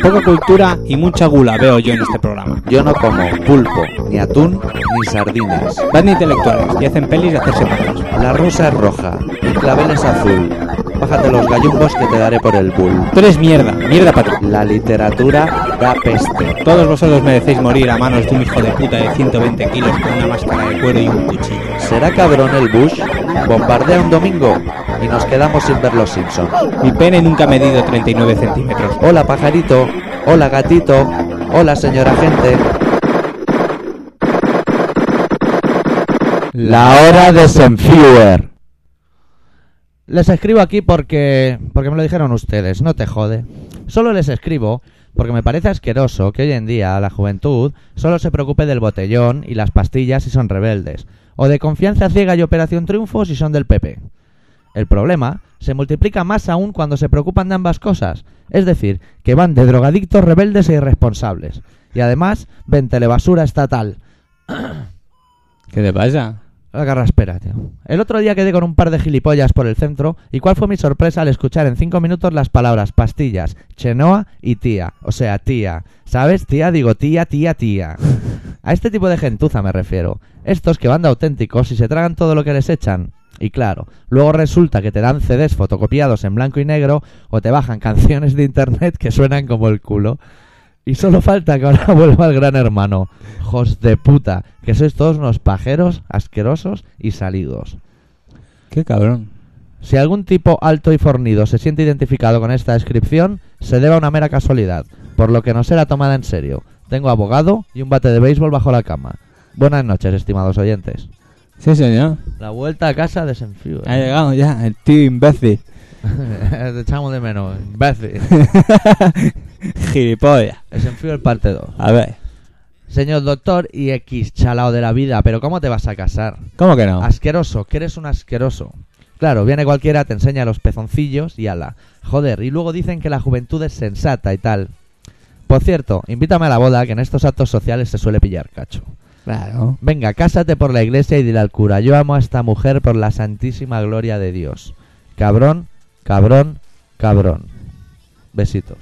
Speaker 5: Poca cultura y mucha gula veo yo en este programa.
Speaker 8: Yo no como pulpo, ni atún, ni sardinas.
Speaker 5: Van de intelectuales y hacen pelis de hacerse pajas.
Speaker 8: La rosa es roja, el clavel es azul. Bájate los gallumbos que te daré por el bull.
Speaker 5: Tú eres mierda, mierda para ti.
Speaker 8: La literatura da peste.
Speaker 5: Todos vosotros merecéis morir a manos de un hijo de puta de 120 kilos con una máscara de cuero y un cuchillo.
Speaker 8: ¿Será cabrón el Bush? Bombardea un domingo y nos quedamos sin ver los Simpsons.
Speaker 5: Mi pene nunca ha medido 39 centímetros.
Speaker 8: Hola pajarito, hola gatito, hola señora gente. La hora de Senfuer.
Speaker 6: Les escribo aquí porque, porque me lo dijeron ustedes, no te jode. Solo les escribo porque me parece asqueroso que hoy en día la juventud solo se preocupe del botellón y las pastillas si son rebeldes, o de confianza ciega y operación triunfo si son del PP. El problema se multiplica más aún cuando se preocupan de ambas cosas, es decir, que van de drogadictos rebeldes e irresponsables, y además ven telebasura estatal.
Speaker 5: ¿Qué te pasa?
Speaker 6: La carraspera, tío. El otro día quedé con un par de gilipollas por el centro y cuál fue mi sorpresa al escuchar en cinco minutos las palabras pastillas, chenoa y tía. O sea, tía. ¿Sabes? Tía digo tía, tía, tía. A este tipo de gentuza me refiero. Estos que van de auténticos y se tragan todo lo que les echan. Y claro, luego resulta que te dan CDs fotocopiados en blanco y negro o te bajan [laughs] canciones de internet que suenan como el culo. Y solo falta que ahora [laughs] vuelva el gran hermano. Jos de puta, que sois todos unos pajeros, asquerosos y salidos.
Speaker 5: Qué cabrón.
Speaker 6: Si algún tipo alto y fornido se siente identificado con esta descripción, se debe a una mera casualidad, por lo que no será tomada en serio. Tengo abogado y un bate de béisbol bajo la cama. Buenas noches, estimados oyentes.
Speaker 5: Sí, señor.
Speaker 6: La vuelta a casa de Senfiu. ¿eh?
Speaker 5: Ha llegado ya el tío imbécil.
Speaker 6: [laughs] Te echamos de menos, imbécil.
Speaker 5: [laughs] Gilipollas.
Speaker 6: Senfiu el parte 2.
Speaker 5: A ver,
Speaker 6: Señor doctor y X chalao de la vida, pero ¿cómo te vas a casar?
Speaker 5: ¿cómo que no?
Speaker 6: Asqueroso, que eres un asqueroso. Claro, viene cualquiera, te enseña los pezoncillos y ala. Joder, y luego dicen que la juventud es sensata y tal. Por cierto, invítame a la boda, que en estos actos sociales se suele pillar cacho.
Speaker 5: Claro.
Speaker 6: Venga, cásate por la iglesia y dile al cura, yo amo a esta mujer por la santísima gloria de Dios. Cabrón, cabrón, cabrón. Besitos.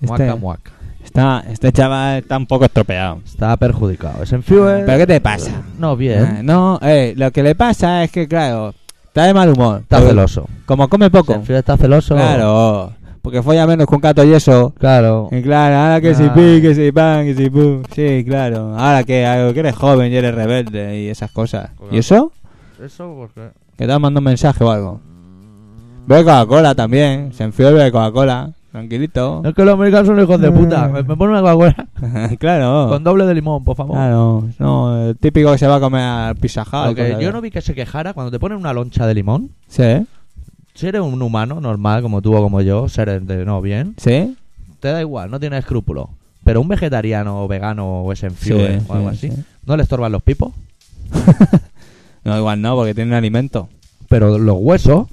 Speaker 6: Muaca,
Speaker 5: Este,
Speaker 6: muaca.
Speaker 5: está, este chaval está un poco estropeado.
Speaker 6: Está perjudicado. Es en Fewer.
Speaker 5: ¿Pero qué te pasa?
Speaker 6: No,
Speaker 5: Eh,
Speaker 6: bien.
Speaker 5: no, eh, lo que le pasa es que, claro, está de mal humor.
Speaker 6: Está
Speaker 5: Porque-
Speaker 6: celoso.
Speaker 5: Como come poco.
Speaker 6: Senfiu está celoso.
Speaker 5: Claro. Eh. Porque folla menos con gato y eso.
Speaker 6: Claro.
Speaker 5: Y claro, ahora que si
Speaker 6: Ah.
Speaker 5: pi, que si pan, que si pum. Sí, claro. Ahora que, ahora que eres joven y eres rebelde y esas cosas. ¿Y eso?
Speaker 6: Eso porque...
Speaker 5: Que te mandando un mensaje o algo. Bebe Coca-Cola también. Se enfió de Coca-Cola. Tranquilito.
Speaker 6: Es que los americanos son hijos de puta. Me, me pone una coca
Speaker 5: [laughs] claro.
Speaker 6: con doble de limón, por favor. Ah,
Speaker 5: Claro. No, el típico que se va a comer al Pizza Hut,
Speaker 6: Lo que
Speaker 5: cosas
Speaker 6: yo
Speaker 5: de-
Speaker 6: no vi que se quejara cuando te ponen una loncha de limón.
Speaker 5: Sí.
Speaker 6: Si eres un humano normal, como tú o como yo, ser de no bien,
Speaker 5: Sí.
Speaker 6: te da igual, no tiene escrúpulo. Pero un vegetariano o vegano o es en
Speaker 5: Sí,
Speaker 6: o algo
Speaker 5: sí,
Speaker 6: así,
Speaker 5: sí.
Speaker 6: no le estorban los pipos.
Speaker 5: [laughs] No, igual no, porque tienen alimento.
Speaker 6: Pero los huesos.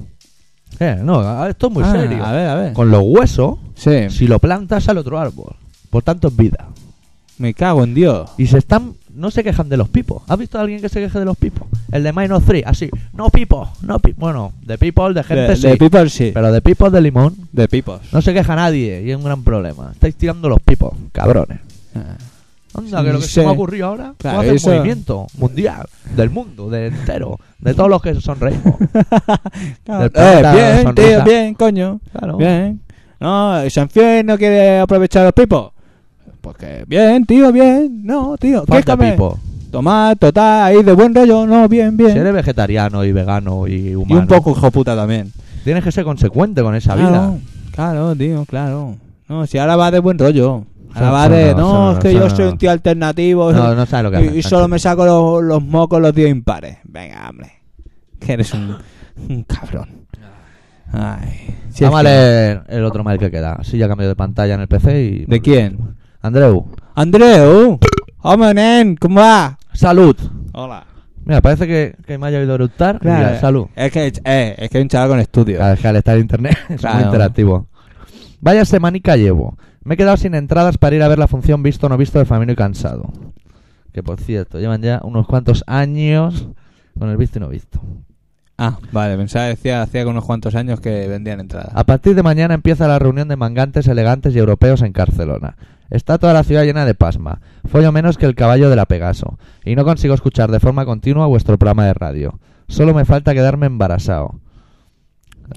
Speaker 6: Eh, no, a- esto es muy
Speaker 5: Ah,
Speaker 6: serio.
Speaker 5: A ver, a ver.
Speaker 6: Con los huesos,
Speaker 5: Sí.
Speaker 6: si lo plantas al otro árbol, por tanto es vida.
Speaker 5: Me cago en Dios.
Speaker 6: Y se están. No se quejan de los pipos. ¿Has visto a alguien que se queje de los pipos? El de Minus 3, así. No pipos, no pipos. Bueno, de pipos, de gente
Speaker 5: De,
Speaker 6: sí.
Speaker 5: de people sí.
Speaker 6: pero de pipos de limón
Speaker 5: De pipos.
Speaker 6: no se queja nadie y es un gran problema. Estáis tirando los pipos, cabrones. Eh.
Speaker 5: [laughs] Ah.
Speaker 6: Anda, que lo que
Speaker 5: Sí.
Speaker 6: se me ha ocurrido ahora
Speaker 5: Claro,
Speaker 6: hace
Speaker 5: eso-
Speaker 6: un movimiento mundial, del mundo, de entero, de todos los que sonreímos.
Speaker 5: Claro.
Speaker 6: planeta
Speaker 5: Eh, bien,
Speaker 6: sonrisa.
Speaker 5: tío, bien, coño.
Speaker 6: Claro.
Speaker 5: Bien. No, ¿y Sanfiel no quiere aprovechar los pipos. Porque bien, tío, bien. No, tío. ¿Qué
Speaker 6: Falta
Speaker 5: comes?
Speaker 6: pipo.
Speaker 5: Tomar, total, ahí de buen rollo. No, bien, bien.
Speaker 6: Si eres vegetariano y vegano y
Speaker 5: y
Speaker 6: humano,
Speaker 5: un poco hijo puta también.
Speaker 6: tienes que ser consecuente con esa
Speaker 5: Claro,
Speaker 6: vida.
Speaker 5: claro, tío, claro. No, si ahora va de buen rollo. Ahora
Speaker 6: Eso
Speaker 5: va
Speaker 6: no,
Speaker 5: de,
Speaker 6: eso
Speaker 5: no,
Speaker 6: no,
Speaker 5: es que
Speaker 6: eso
Speaker 5: yo
Speaker 6: no.
Speaker 5: soy un tío alternativo.
Speaker 6: No, no sabes lo que
Speaker 5: y,
Speaker 6: haces,
Speaker 5: y solo
Speaker 6: Sánchez.
Speaker 5: me saco los, los mocos los días impares. Venga, hombre. Que eres un, un cabrón. Ay. si es
Speaker 6: Vamos a
Speaker 5: que-
Speaker 6: leer el otro mail que queda. Así ya cambio de pantalla en el PC y...
Speaker 5: ¿De quién?
Speaker 6: Andreu.
Speaker 5: Andreu. Hombre, nen, ¿cómo va?
Speaker 6: ¡Salud!
Speaker 5: Hola.
Speaker 6: Mira, parece que, que me haya oído eructar. Mira, salud.
Speaker 5: Es que, eh, es que hay un chaval con estudio.
Speaker 6: [laughs] Claro, es que al estar en internet es
Speaker 5: Claro.
Speaker 6: muy interactivo. Vaya semanica llevo. Me he quedado sin entradas para ir a ver la función visto o no visto de Famino y Cansado. Que por cierto, llevan ya unos cuantos años con el visto y no visto.
Speaker 5: Ah, vale, pensaba que decía hacía unos cuantos años que vendían entradas.
Speaker 6: A partir de mañana empieza la reunión de mangantes elegantes y europeos en Barcelona. Está toda la ciudad llena de pasma, follo menos que el caballo de la Pegaso, y no consigo escuchar de forma continua vuestro programa de radio. Solo me falta quedarme embarazado.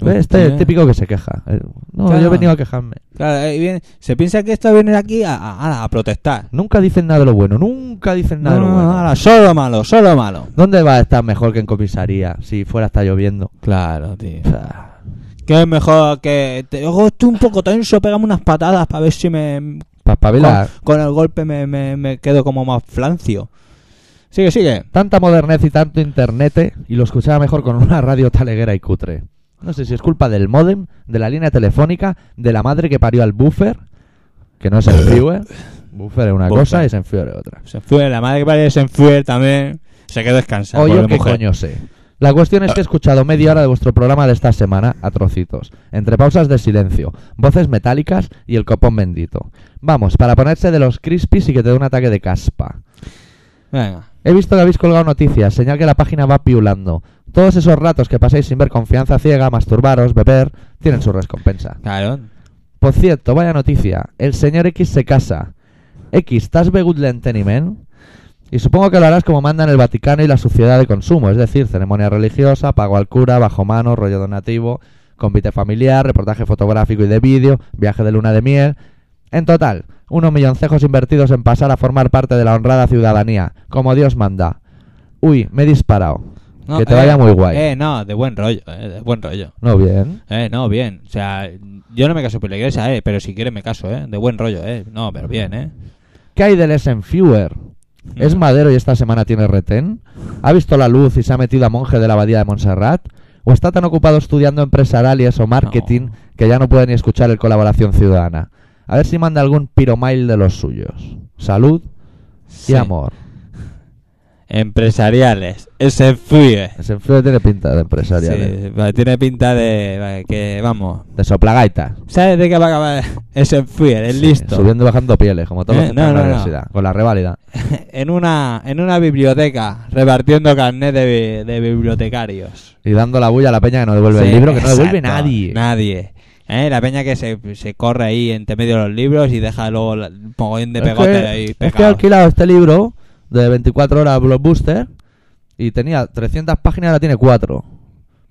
Speaker 6: ¿Ves? Este es el típico que se queja. Eh, No,
Speaker 5: Pues Claro.
Speaker 6: yo he venido a quejarme.
Speaker 5: Claro, ahí viene- se piensa que esto viene aquí a, a- a protestar.
Speaker 6: Nunca dicen nada de lo bueno, nunca dicen nada
Speaker 5: No,
Speaker 6: de lo
Speaker 5: no,
Speaker 6: bueno.
Speaker 5: no, ahora, solo malo, solo malo.
Speaker 6: ¿Dónde va a estar mejor que en comisaría si fuera está lloviendo?
Speaker 5: Claro, tío.
Speaker 6: O sea,
Speaker 5: Que es mejor que. Te, ojo, estoy un poco tenso, pégame unas patadas para ver si me.
Speaker 6: pa' espabilar.
Speaker 5: Con, con el golpe me, me- me quedo como más flancio. Sigue, sigue.
Speaker 6: Tanta modernez y tanto internet y lo escuchaba mejor con una radio taleguera y cutre. No sé si es culpa del modem, de la línea telefónica, de la madre que parió al buffer, que no es Senfiewer. buffer es una
Speaker 5: Buffer.
Speaker 6: cosa y Senfiewer es otra.
Speaker 5: Se fue, la madre que parió se fue también. Se quedó descansada.
Speaker 6: Oye,
Speaker 5: pobre
Speaker 6: qué
Speaker 5: mujer. Ah.
Speaker 6: coño sé. La cuestión es que he escuchado media hora de vuestro programa de esta semana a trocitos, entre pausas de silencio, voces metálicas y el copón bendito. Vamos, para ponerse de los crispies y que te dé un ataque de caspa.
Speaker 5: Venga.
Speaker 6: He visto que habéis colgado noticias, señal que la página va piulando. Todos esos ratos que pasáis sin ver confianza ciega, masturbaros, beber, tienen su recompensa.
Speaker 5: Claro.
Speaker 6: Por cierto, vaya noticia, el señor X se casa. X, ¿estás begut l'enteniment? Y supongo que lo harás como mandan el Vaticano y la sociedad de consumo, es decir, ceremonia religiosa, pago al cura, bajo mano, rollo donativo, convite familiar, reportaje fotográfico y de vídeo, viaje de luna de miel. En total, unos milloncejos invertidos en pasar a formar parte de la honrada ciudadanía, como Dios manda. Uy, me he disparado.
Speaker 5: No,
Speaker 6: que te
Speaker 5: eh,
Speaker 6: vaya muy guay.
Speaker 5: Eh, no, de buen rollo, eh, de buen rollo.
Speaker 6: No, bien.
Speaker 5: Eh, no, bien. O sea, yo no me caso por la iglesia, eh, pero si quiere me caso, eh. De buen rollo, eh. No, pero bien, eh. Mm.
Speaker 6: ¿Qué hay del Esenfewer? ¿Es madero y esta semana tiene retén? ¿Ha visto la luz y se ha metido a monje de la abadía de Montserrat? ¿O está tan ocupado estudiando empresariales o marketing
Speaker 5: No.
Speaker 6: que ya no puede ni escuchar el Colaboración Ciudadana? A ver si manda algún piromail de los suyos. Salud
Speaker 5: Sí.
Speaker 6: y amor.
Speaker 5: Empresariales. eh, Ese fue.
Speaker 6: Esenfewer tiene pinta de empresariales.
Speaker 5: Sí, vale, tiene pinta de vale, que vamos.
Speaker 6: De soplagaita.
Speaker 5: ¿Sabes de qué va a acabar? Ese fue, el
Speaker 6: Sí,
Speaker 5: listo.
Speaker 6: Subiendo y bajando pieles, como
Speaker 5: Eh,
Speaker 6: todos los que están
Speaker 5: no,
Speaker 6: en la
Speaker 5: no, no.
Speaker 6: universidad. Con la reválida.
Speaker 5: [laughs] en una en una biblioteca repartiendo carnet de, bi- de bibliotecarios.
Speaker 6: Y dando la bulla a la peña que no devuelve el
Speaker 5: Sí,
Speaker 6: libro, que no devuelve
Speaker 5: exacto,
Speaker 6: nadie.
Speaker 5: Nadie. Eh, La peña que se, se corre ahí entre medio de los libros y deja luego la- un mogollón de
Speaker 6: Es que-
Speaker 5: pegotes ahí
Speaker 6: Es que he
Speaker 5: pegados.
Speaker 6: alquilado este libro de 24 horas Blockbuster y tenía 300 páginas, ahora tiene 4.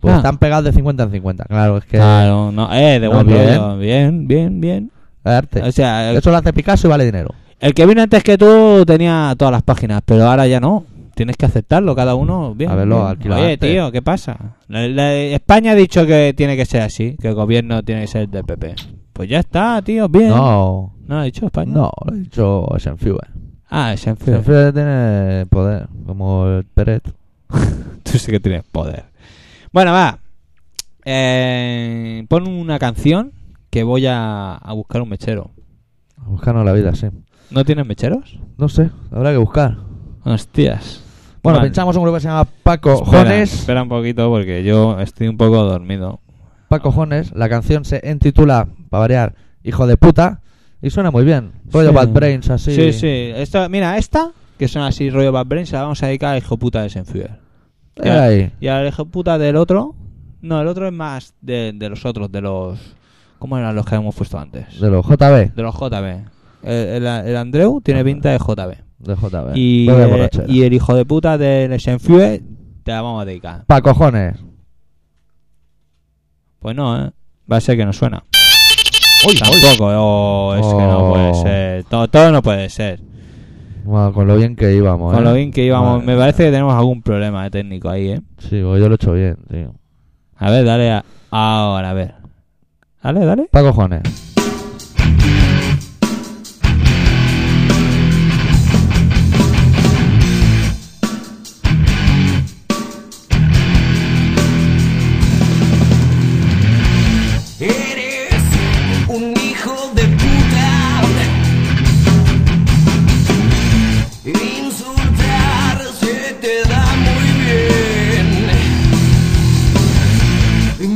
Speaker 6: Pues
Speaker 5: Ah.
Speaker 6: están pegados de 50 en 50. Claro, es que
Speaker 5: Claro, no, eh, de
Speaker 6: No,
Speaker 5: buen
Speaker 6: bien.
Speaker 5: rollo. Bien, bien, bien.
Speaker 6: es arte.
Speaker 5: O sea, el,
Speaker 6: Eso lo hace Picasso y vale dinero.
Speaker 5: el que vino antes que tú tenía todas las páginas, pero ahora ya no. Tienes que aceptarlo cada uno. Bien,
Speaker 6: Haberlo
Speaker 5: bien.
Speaker 6: alquilado
Speaker 5: Oye,
Speaker 6: antes.
Speaker 5: tío, ¿qué pasa? La- la- España ha dicho que tiene que ser así, que el gobierno tiene que ser del PP. Pues ya está, tío, bien.
Speaker 6: No,
Speaker 5: ¿No ha dicho España?
Speaker 6: no, lo he dicho Senfiewer.
Speaker 5: Ah, es en fin.
Speaker 6: Senfiewer tiene poder, como el Peret.
Speaker 5: [laughs] Tú sí que tienes poder. Bueno, va. Eh, pon una canción que voy a, a buscar un mechero.
Speaker 6: Buscarnos la vida, sí.
Speaker 5: ¿No tienes mecheros?
Speaker 6: No sé, habrá que buscar.
Speaker 5: Hostias.
Speaker 6: Bueno,
Speaker 5: Vale.
Speaker 6: pinchamos un grupo que se llama Paco
Speaker 5: Espera,
Speaker 6: Jones.
Speaker 5: Espera un poquito porque yo estoy un poco dormido.
Speaker 6: Paco Jones. La canción se entitula, para variar, Hijo de puta. Y suena muy bien. Rollo
Speaker 5: Sí.
Speaker 6: Bad Brains, así.
Speaker 5: Sí, sí. Esta, mira, esta, que son así rollo Bad Brains, se la vamos a dedicar al hijo puta de Senfuer.
Speaker 6: Era ahí.
Speaker 5: Y al hijo puta del otro. No, el otro es más de, de los otros, de los. ¿Cómo eran los que hemos puesto antes?
Speaker 6: De los JB.
Speaker 5: De los JB. El, el- el Andreu tiene pinta de JB.
Speaker 6: De JB.
Speaker 5: Y,
Speaker 6: Bebe
Speaker 5: eh,
Speaker 6: borrachera.
Speaker 5: y el hijo de puta de Senfuer te la vamos a dedicar.
Speaker 6: Pa' cojones.
Speaker 5: Pues no, ¿eh? Va a ser que no suena.
Speaker 6: Uy,
Speaker 5: Tampoco, oh, es que no
Speaker 6: Oh.
Speaker 5: puede ser. Todo, todo no puede ser.
Speaker 6: Bueno, con lo bien que íbamos,
Speaker 5: Con
Speaker 6: ¿eh?
Speaker 5: lo bien que íbamos,
Speaker 6: Madre
Speaker 5: me
Speaker 6: mía.
Speaker 5: parece que tenemos algún problema de técnico ahí, ¿eh?
Speaker 6: Sí, pues yo lo he hecho bien, tío.
Speaker 5: A ver, dale a... ahora, a ver. Dale, dale.
Speaker 6: Pa' cojones.
Speaker 2: Eres un hijo de puta. Insultar se te da muy bien.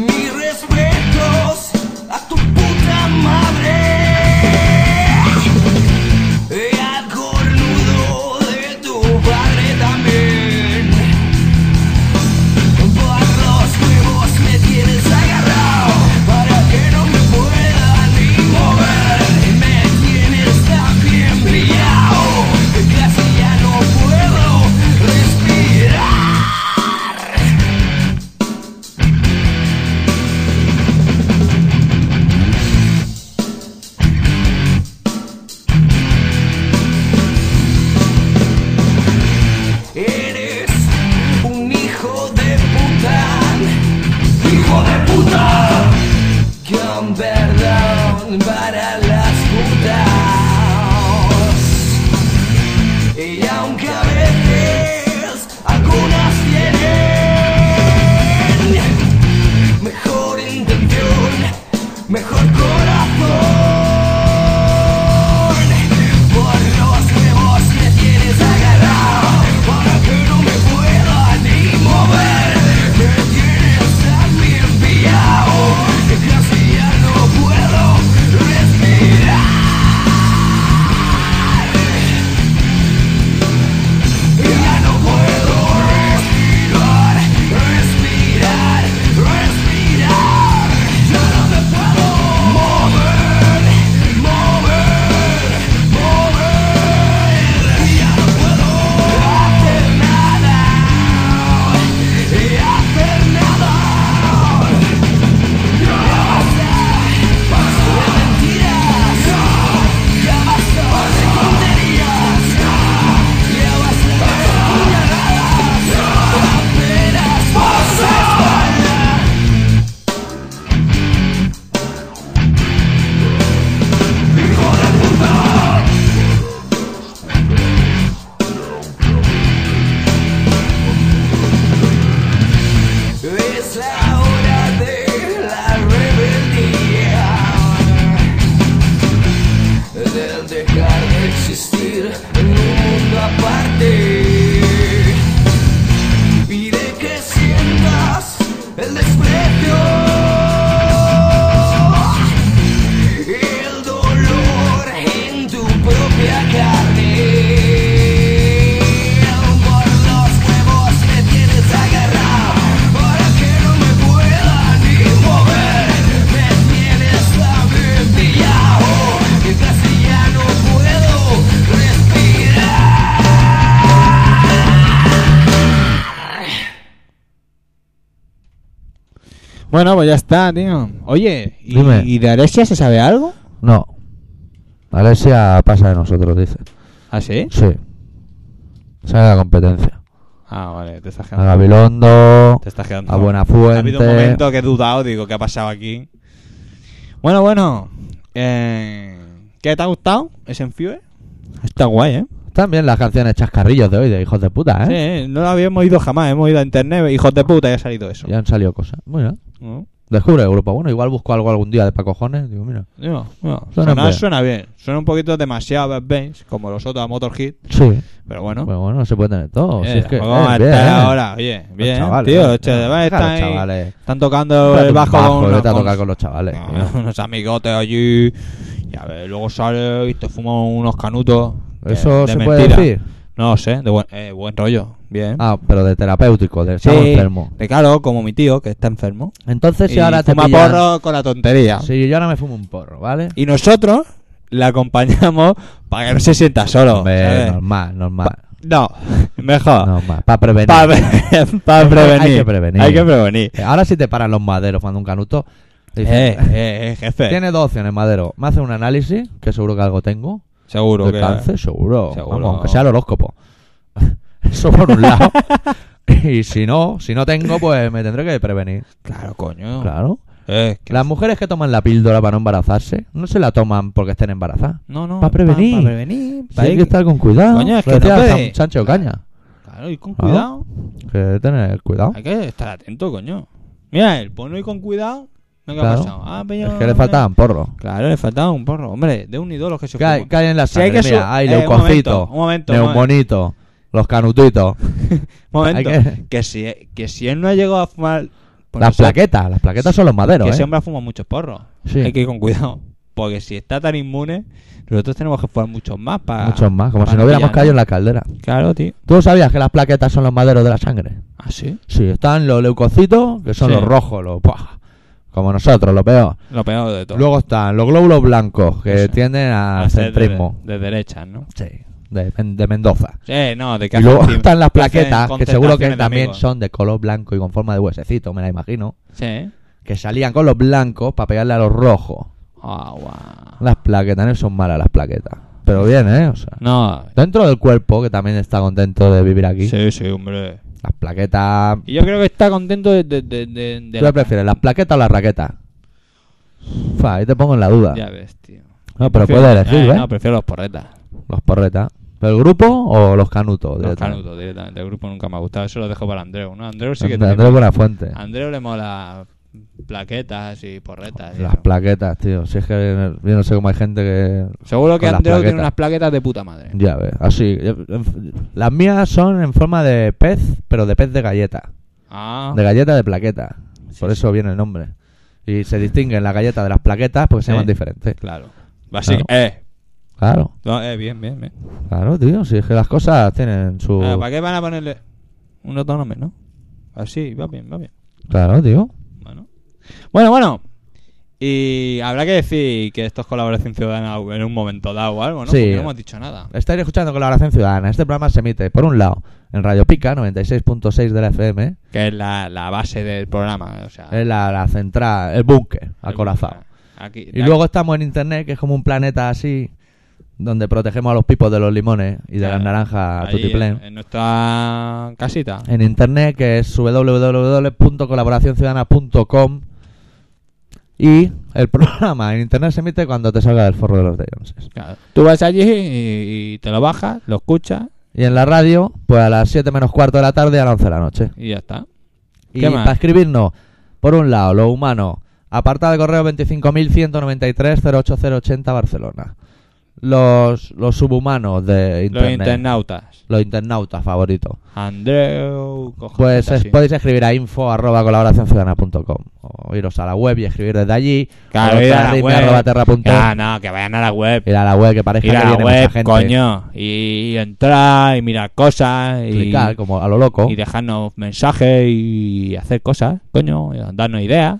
Speaker 2: Mis respetos a tu puta madre.
Speaker 5: Bueno, pues ya está, tío. Oye, ¿y,
Speaker 6: Dime.
Speaker 5: y de Aresia se sabe algo?
Speaker 6: No. Alexia pasa de nosotros, dice.
Speaker 5: ¿Ah, sí?
Speaker 6: Sí. Sale de la competencia.
Speaker 5: Ah, vale, te estás
Speaker 6: A
Speaker 5: quedando.
Speaker 6: Gabilondo.
Speaker 5: Te estás quedando.
Speaker 6: A
Speaker 5: Ha habido un
Speaker 6: Buenafuente.
Speaker 5: momento que he dudado, digo, ¿qué ha pasado aquí? Bueno, bueno. Eh, ¿Qué te ha gustado? ¿Es en Está guay, ¿eh?
Speaker 6: También las canciones chascarrillos de hoy, de hijos de puta, ¿eh?
Speaker 5: Sí, no lo habíamos ido jamás. Hemos ido a internet, hijos de puta, y ha salido eso.
Speaker 6: Ya han salido cosas. Bueno,
Speaker 5: ¿No?
Speaker 6: descubre Europa. Bueno, igual busco algo algún día de pa' cojones. Digo, mira.
Speaker 5: No, no,
Speaker 6: Suena
Speaker 5: Suena,
Speaker 6: bien.
Speaker 5: suena bien. Suena un poquito demasiado Bad Bass, como los otros a Motor Hit,
Speaker 6: Sí.
Speaker 5: pero bueno.
Speaker 6: Pero bueno, se puede tener todo.
Speaker 5: Eh,
Speaker 6: si es que,
Speaker 5: vamos a
Speaker 6: eh, bien.
Speaker 5: estar ahora, oye,
Speaker 6: Los
Speaker 5: bien,
Speaker 6: chavales,
Speaker 5: tío,
Speaker 6: eh.
Speaker 5: los chavales
Speaker 6: Deja a
Speaker 5: están,
Speaker 6: los
Speaker 5: ahí,
Speaker 6: chavales.
Speaker 5: están tocando
Speaker 6: Vete
Speaker 5: el
Speaker 6: un
Speaker 5: bajo, con una-
Speaker 6: vete a
Speaker 5: con-
Speaker 6: tocar con los chavales.
Speaker 5: [laughs] Ah, unos amigotes allí. Y a ver, luego sale y te fuman unos canutos. que
Speaker 6: ¿Eso
Speaker 5: de
Speaker 6: se
Speaker 5: mentira.
Speaker 6: puede decir?
Speaker 5: No lo sé, de buen, eh, buen rollo. Bien.
Speaker 6: Ah, pero de terapéutico, de
Speaker 5: Sí,
Speaker 6: estamos enfermo.
Speaker 5: de claro, como mi tío que está enfermo.
Speaker 6: Entonces, si
Speaker 5: y
Speaker 6: ahora te
Speaker 5: fuma
Speaker 6: pillan...
Speaker 5: porro con la tontería.
Speaker 6: Sí, yo ahora me fumo un porro, ¿vale?
Speaker 5: Y nosotros le acompañamos para que no se sienta solo.
Speaker 6: Hombre,
Speaker 5: ¿sabes?
Speaker 6: normal, normal.
Speaker 5: No, mejor.
Speaker 6: normal. Para prevenir.
Speaker 5: Para [laughs] prevenir.
Speaker 6: Hay que prevenir.
Speaker 5: Hay que prevenir.
Speaker 6: Eh, Ahora sí te paran los maderos cuando un canuto. dice,
Speaker 5: Eh, eh, eh, jefe.
Speaker 6: [laughs] Tiene dos opciones, madero. Me hace un análisis, que seguro que algo tengo.
Speaker 5: Seguro
Speaker 6: ¿De
Speaker 5: que.
Speaker 6: cáncer? Seguro.
Speaker 5: Seguro.
Speaker 6: Vamos, aunque sea el horóscopo. [laughs] Eso por un lado. [laughs] y si no, si no tengo, pues me tendré que prevenir.
Speaker 5: Claro, coño.
Speaker 6: Claro.
Speaker 5: Eh, que-
Speaker 6: Las mujeres que toman la píldora para no embarazarse, no se la toman porque estén embarazadas.
Speaker 5: No, no.
Speaker 6: Pa' prevenir.
Speaker 5: Para prevenir.
Speaker 6: Sí,
Speaker 5: pa'
Speaker 6: hay
Speaker 5: ir-
Speaker 6: que estar con cuidado.
Speaker 5: Coño, es
Speaker 6: Lo
Speaker 5: que no
Speaker 6: decía
Speaker 5: puede-
Speaker 6: San- Sancho Caña.
Speaker 5: Claro, y con cuidado.
Speaker 6: Claro. Que tener cuidado.
Speaker 5: Hay que estar atento, coño. Mira, el ponlo y con cuidado. No, ¿qué ha
Speaker 6: Claro.
Speaker 5: pasado? Ah, pero-
Speaker 6: Es que le faltaban porros.
Speaker 5: Claro, le faltaba un porro. Hombre, de un y dos los que se
Speaker 6: Cae,
Speaker 5: fuman.
Speaker 6: cae en la
Speaker 5: Si hay
Speaker 6: sangre.
Speaker 5: que su-
Speaker 6: Mira, hay
Speaker 5: eh, un
Speaker 6: leucocitos,
Speaker 5: momento, un momento, un
Speaker 6: neumonito, los canutitos,
Speaker 5: Momento.
Speaker 6: hay que-
Speaker 5: Que... si, que si él no ha llegado a fumar. pues
Speaker 6: las
Speaker 5: no sé,
Speaker 6: plaquetas. Las plaquetas son los
Speaker 5: Que
Speaker 6: maderos,
Speaker 5: ese
Speaker 6: ¿eh?
Speaker 5: hombre ha fumado muchos porros.
Speaker 6: Sí.
Speaker 5: Hay que ir con cuidado. Porque si está tan inmune, nosotros tenemos que fumar muchos más para.
Speaker 6: Muchos más. Como
Speaker 5: para
Speaker 6: si no hubiéramos
Speaker 5: pillarnos.
Speaker 6: caído en la caldera.
Speaker 5: Claro, tío.
Speaker 6: ¿Tú sabías que las plaquetas son los maderos de la sangre?
Speaker 5: Ah, sí.
Speaker 6: Sí, están los leucocitos, que son
Speaker 5: Sí.
Speaker 6: los rojos, los... ¡buah! Como nosotros, los peor.
Speaker 5: Lo peor de todo.
Speaker 6: Luego están los glóbulos blancos, que
Speaker 5: Sí.
Speaker 6: tienden al
Speaker 5: Hacer
Speaker 6: centrismo.
Speaker 5: De, de derechas, ¿no?
Speaker 6: Sí, de, de Mendoza.
Speaker 5: Sí, no, de que
Speaker 6: Y luego
Speaker 5: hacen-
Speaker 6: [laughs] están las
Speaker 5: que hacen
Speaker 6: plaquetas, que seguro que
Speaker 5: concentraciones de
Speaker 6: también
Speaker 5: amigos.
Speaker 6: son de color blanco y con forma de huesecito, me la imagino.
Speaker 5: Sí.
Speaker 6: Que salían con los blancos para pegarle a los rojos.
Speaker 5: Ah, guau.
Speaker 6: Las plaquetas, no son malas las plaquetas. Pero bien, ¿eh? O sea,
Speaker 5: No.
Speaker 6: dentro del cuerpo, que también está contento de vivir aquí,
Speaker 5: Sí, sí, hombre.
Speaker 6: las plaquetas...
Speaker 5: Y yo creo que está contento de. de, de, de- de
Speaker 6: ¿Tú
Speaker 5: la-
Speaker 6: qué prefieres, las plaquetas o las raquetas? Fa, ahí te pongo en la duda.
Speaker 5: Ya ves, tío.
Speaker 6: No, pero
Speaker 5: Prefiero-
Speaker 6: puedes elegir,
Speaker 5: Eh,
Speaker 6: ¿eh?
Speaker 5: No, prefiero los porretas.
Speaker 6: Los porretas. ¿El grupo o los canutos?
Speaker 5: Los
Speaker 6: directamente?
Speaker 5: canutos directamente. El grupo nunca me ha gustado. Eso lo dejo para Andreu, ¿no? Andreu sí que
Speaker 6: Andrés
Speaker 5: tiene-
Speaker 6: Buenafuente.
Speaker 5: A Andreu le mola plaquetas y porretas. y
Speaker 6: Las
Speaker 5: eso.
Speaker 6: plaquetas, tío. Si es que yo no sé cómo hay gente que.
Speaker 5: Seguro que
Speaker 6: con las
Speaker 5: Andreu tiene
Speaker 6: plaquetas.
Speaker 5: unas plaquetas de puta madre.
Speaker 6: Ya ves, así. yo- en- Las mías son en forma de pez, pero de pez de galleta.
Speaker 5: Ah,
Speaker 6: De galleta de plaqueta.
Speaker 5: Sí,
Speaker 6: Por eso viene el nombre. Y se distinguen las galletas de las plaquetas porque se
Speaker 5: Sí.
Speaker 6: llaman diferentes.
Speaker 5: claro. Así que- eh,
Speaker 6: Claro,
Speaker 5: no, eh, bien, bien, bien.
Speaker 6: claro, tío. Si es que las cosas tienen su.
Speaker 5: Ah, ¿Para qué van a ponerle un otro nombre, no? Así, va bien, va bien.
Speaker 6: Claro, tío.
Speaker 5: Bueno. bueno, bueno. Y habrá que decir que esto es colaboración ciudadana en un momento dado o algo, ¿no?
Speaker 6: Sí.
Speaker 5: Porque no hemos dicho nada.
Speaker 6: Estáis escuchando Colaboración Ciudadana. Este programa se emite, por un lado, en Radio Pica, 96.6 de la FM.
Speaker 5: Que es la, la base del programa. O sea,
Speaker 6: Es la, la central, el búnker,
Speaker 5: Ah. el-
Speaker 6: acorazado.
Speaker 5: Aquí,
Speaker 6: Y luego estamos en internet, que es como un planeta así, donde protegemos a los pipos de los limones y de
Speaker 5: Claro.
Speaker 6: las naranjas a
Speaker 5: Ahí
Speaker 6: tutiplén.
Speaker 5: en, en nuestra casita.
Speaker 6: En internet, que es www.colaboracionciudadana.com. Y el programa en internet se emite cuando te salga del forro de los Beyoncé.
Speaker 5: Claro. Tú vas allí y, y te lo bajas, lo escuchas
Speaker 6: Y en la radio, pues a las 7 menos cuarto de la tarde y a las 11 de la noche.
Speaker 5: y ya está.
Speaker 6: Y
Speaker 5: ¿Qué más?
Speaker 6: para escribirnos, por un lado, lo humano, apartado de correo 25.193-08080 Barcelona. Los, los subhumanos de
Speaker 5: Los
Speaker 6: internet.
Speaker 5: internautas.
Speaker 6: los internautas favoritos.
Speaker 5: Andreu, cojones,
Speaker 6: Pues es-
Speaker 5: así.
Speaker 6: podéis escribir a info arroba colaboracionciudadana.com o iros a la web y escribir desde allí.
Speaker 5: Claro,
Speaker 6: o
Speaker 5: ir a la
Speaker 6: tarrime
Speaker 5: web.
Speaker 6: arroba terra punto es.
Speaker 5: Ah, no, que vayan a la web.
Speaker 6: Ir a la web que parezca
Speaker 5: Ir
Speaker 6: que
Speaker 5: a la
Speaker 6: viene mucha
Speaker 5: web,
Speaker 6: gente.
Speaker 5: coño. Y, entrar y mirar cosas. Y,
Speaker 6: Clicar como a lo loco.
Speaker 5: y dejarnos mensajes y hacer cosas, coño. y darnos ideas.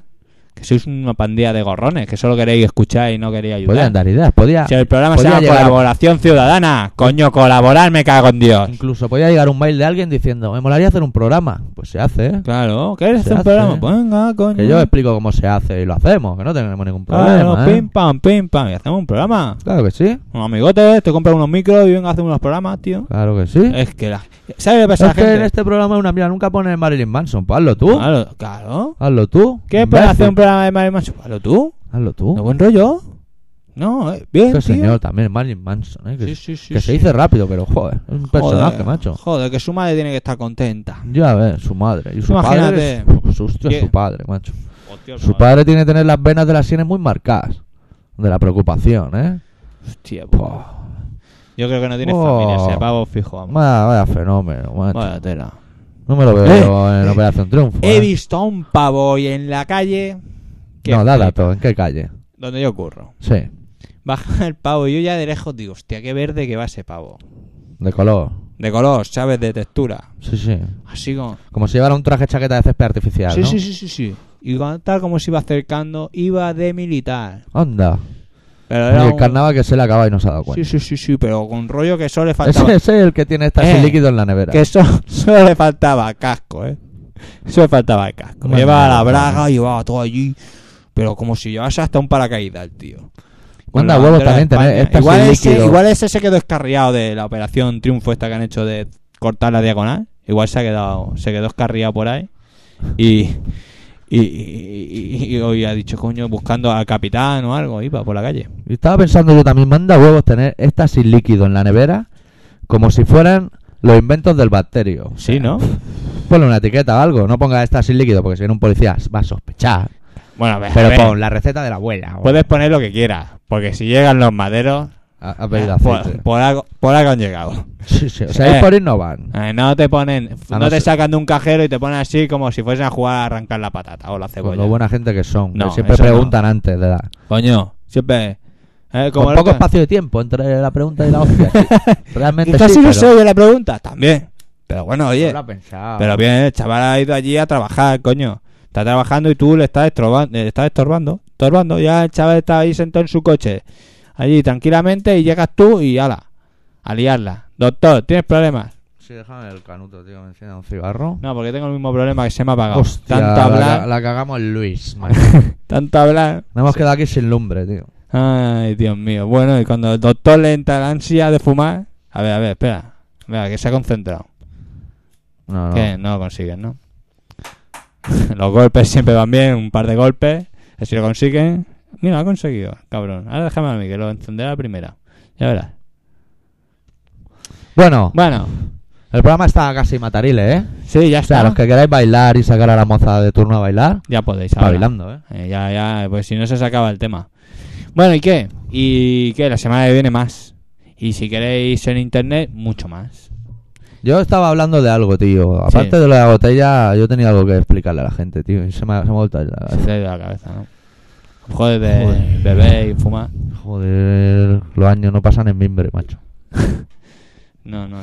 Speaker 5: Que sois una pandilla de gorrones, que solo queréis escuchar y no queréis
Speaker 6: Podían
Speaker 5: ayudar.
Speaker 6: dar ideas, podía.
Speaker 5: Si el programa se
Speaker 6: podía
Speaker 5: llama
Speaker 6: llegar-
Speaker 5: Colaboración Ciudadana, coño, colaborar me cago en Dios.
Speaker 6: Incluso podía llegar un mail de alguien diciendo, me molaría hacer un programa. Pues se hace, ¿eh?
Speaker 5: Claro, ¿quieres hacer
Speaker 6: Se
Speaker 5: un
Speaker 6: hace.
Speaker 5: programa? Pues venga, coño.
Speaker 6: Que yo explico cómo se hace y lo hacemos, que no tenemos ningún
Speaker 5: Claro,
Speaker 6: problema. ¿eh?
Speaker 5: Ah, pim pam, pim pam, y hacemos un programa.
Speaker 6: Claro que sí,
Speaker 5: Unos amigotes, te compras unos micros y venga a hacer unos programas, tío.
Speaker 6: claro que sí.
Speaker 5: Es que la. ¿Sabes lo que pasa
Speaker 6: ¿Eh? Es
Speaker 5: la
Speaker 6: que
Speaker 5: Eh,
Speaker 6: en
Speaker 5: gente?
Speaker 6: este programa es una mierda, nunca pones Marilyn Manson, pues hazlo tú.
Speaker 5: Claro, claro.
Speaker 6: Hazlo tú.
Speaker 5: ¿Qué
Speaker 6: imbécil.
Speaker 5: puedes hacer un programa de Mario Manso? Hazlo tú.
Speaker 6: Hazlo
Speaker 5: ¿De
Speaker 6: tú.
Speaker 5: buen rollo? No, eh, bien,
Speaker 6: Este
Speaker 5: tío.
Speaker 6: ¿Oh? señor también, Marilyn Manson, ¿eh? que,
Speaker 5: Sí, sí, sí,
Speaker 6: que
Speaker 5: sí.
Speaker 6: se dice rápido, pero joder, es un personaje,
Speaker 5: Joder,
Speaker 6: macho.
Speaker 5: Joder, que su madre tiene que estar contenta.
Speaker 6: Ya ves, su madre. Y su
Speaker 5: Imagínate.
Speaker 6: padre. es- su- hostia,
Speaker 5: ¿Qué?
Speaker 6: su padre, macho. Su padre tiene que tener las venas de las sienes muy marcadas. De la preocupación, ¿eh?
Speaker 5: Hostia,
Speaker 6: Puh,
Speaker 5: pues, Yo creo que no tiene
Speaker 6: Oh.
Speaker 5: familia, ese pavo fijo. vamos.
Speaker 6: Vaya, vaya fenómeno, macho.
Speaker 5: Vaya tela.
Speaker 6: No me lo veo
Speaker 5: Eh,
Speaker 6: en
Speaker 5: eh,
Speaker 6: Operación Triunfo.
Speaker 5: He
Speaker 6: ¿eh?
Speaker 5: visto a un pavo hoy en la calle. que
Speaker 6: No, da
Speaker 5: flipa,
Speaker 6: datos. ¿En qué calle?
Speaker 5: Donde yo curro.
Speaker 6: Sí,
Speaker 5: Baja el pavo y yo ya de lejos digo, hostia, qué verde que va ese pavo.
Speaker 6: de color.
Speaker 5: De color, ¿sabes? De textura.
Speaker 6: Sí, sí.
Speaker 5: Así como...
Speaker 6: Como si llevara un traje chaqueta de césped artificial,
Speaker 5: Sí,
Speaker 6: ¿no?
Speaker 5: sí, sí, sí, sí. Y con- tal como se iba acercando, iba de militar.
Speaker 6: Anda.
Speaker 5: Pero
Speaker 6: Oye,
Speaker 5: era
Speaker 6: el
Speaker 5: un-
Speaker 6: carnaval que se le acaba y no se ha dado
Speaker 5: Sí,
Speaker 6: cuenta.
Speaker 5: sí, sí, sí, pero con rollo que solo le
Speaker 6: ese,
Speaker 5: faltaba...
Speaker 6: ese es el que tiene este
Speaker 5: Eh,
Speaker 6: líquido en la nevera.
Speaker 5: [laughs] Que solo, solo le faltaba casco, ¿eh? Solo le faltaba el casco.
Speaker 6: Bueno,
Speaker 5: llevaba la
Speaker 6: bueno.
Speaker 5: braga, llevaba todo allí. Pero como si llevase hasta un paracaídas el tío. Con
Speaker 6: Manda
Speaker 5: la
Speaker 6: huevos
Speaker 5: bandera de
Speaker 6: también tener
Speaker 5: España.
Speaker 6: estas
Speaker 5: igual,
Speaker 6: sin
Speaker 5: ese,
Speaker 6: líquido.
Speaker 5: igual ese se quedó escarriado de la operación triunfo esta que han hecho de cortar la diagonal. Igual se ha quedado, se quedó escarriado por ahí. Y, y, y- y- y hoy ha dicho, coño, buscando al capitán o algo, iba por la calle.
Speaker 6: Y estaba pensando yo también, manda huevos tener estas sin líquido en la nevera como si fueran los inventos del bacterio. O
Speaker 5: Sí,
Speaker 6: sea,
Speaker 5: ¿no?
Speaker 6: Ponle una etiqueta o algo, no pongas estas sin líquido porque si viene un policía va a sospechar.
Speaker 5: Bueno, a ver, a
Speaker 6: Pero
Speaker 5: ver,
Speaker 6: pon la receta de la abuela. o-
Speaker 5: puedes poner lo que quieras. Porque si llegan los maderos,
Speaker 6: Ha, ha pedido
Speaker 5: eh, por,
Speaker 6: aceite.
Speaker 5: por algo, por algo han llegado.
Speaker 6: Sí, sí, O sea, ahí
Speaker 5: Eh.
Speaker 6: por ir no van.
Speaker 5: Eh, no te ponen,
Speaker 6: A
Speaker 5: no
Speaker 6: Ah, no
Speaker 5: te
Speaker 6: ser-
Speaker 5: sacan de un cajero y te ponen así como si fuesen a jugar a arrancar la patata o la
Speaker 6: Con
Speaker 5: cebolla.
Speaker 6: Pues lo buena gente que son. que
Speaker 5: No,
Speaker 6: siempre
Speaker 5: eso no.
Speaker 6: preguntan antes de la...
Speaker 5: Coño, siempre. eh, como
Speaker 6: Con
Speaker 5: el
Speaker 6: poco
Speaker 5: otro-
Speaker 6: espacio de tiempo entre la pregunta y la
Speaker 5: [laughs]
Speaker 6: hostia. sí. Realmente
Speaker 5: Que casi
Speaker 6: sí,
Speaker 5: no
Speaker 6: pero-
Speaker 5: se oye la pregunta, también. Pero bueno,
Speaker 6: No
Speaker 5: oye.
Speaker 6: lo ha pensado.
Speaker 5: Pero bien, el chaval ha ido allí a trabajar, coño. Está trabajando y tú le estás, estroba- le estás estorbando. Estorbando. Ya el chaval está ahí sentado en su coche. Allí tranquilamente y llegas tú y ala. A liarla. Doctor, ¿tienes problemas?
Speaker 6: Sí, déjame el canuto, tío. Me encienda un cigarro.
Speaker 5: No, porque tengo el mismo problema que se me ha apagado.
Speaker 6: Hostia,
Speaker 5: tanto
Speaker 6: la,
Speaker 5: hablar,
Speaker 6: la- la cagamos
Speaker 5: [laughs]
Speaker 6: en Luis. macho.
Speaker 5: tanto hablar.
Speaker 6: Nos hemos quedado aquí sin lumbre, tío.
Speaker 5: Ay, Dios mío. Bueno, y cuando el doctor le entra la ansia de fumar. A ver, a ver, espera. Venga, que se ha concentrado.
Speaker 6: No, no.
Speaker 5: Que no lo consiguen, ¿no? [laughs] Los golpes siempre van bien, un par de golpes. que Si lo consiguen. Mira, lo ha conseguido, cabrón. Ahora déjame a mí, que lo encenderá la primera. Ya verás.
Speaker 6: Bueno,
Speaker 5: Bueno,
Speaker 6: el programa está casi matarile, ¿eh?
Speaker 5: sí, ya
Speaker 6: O sea,
Speaker 5: está.
Speaker 6: los que queráis bailar y sacar a la moza de turno a bailar,
Speaker 5: Ya podéis
Speaker 6: está
Speaker 5: ahora.
Speaker 6: bailando, ¿eh?
Speaker 5: Eh, ya, ya, pues si no se acaba el tema. Bueno, ¿y qué? ¿Y qué? La semana que viene más. Y si queréis en internet, mucho más.
Speaker 6: Yo estaba hablando de algo, tío. Aparte de lo de la botella, yo tenía algo que explicarle a la gente, tío. Y se me ha, se me ha vuelto a ir
Speaker 5: Se
Speaker 6: la cabeza.
Speaker 5: te ha ido la cabeza, ¿no? Joder, de
Speaker 6: Joder.
Speaker 5: beber y fumar.
Speaker 6: Joder, los años no pasan en mimbre, macho.
Speaker 5: No, no, no.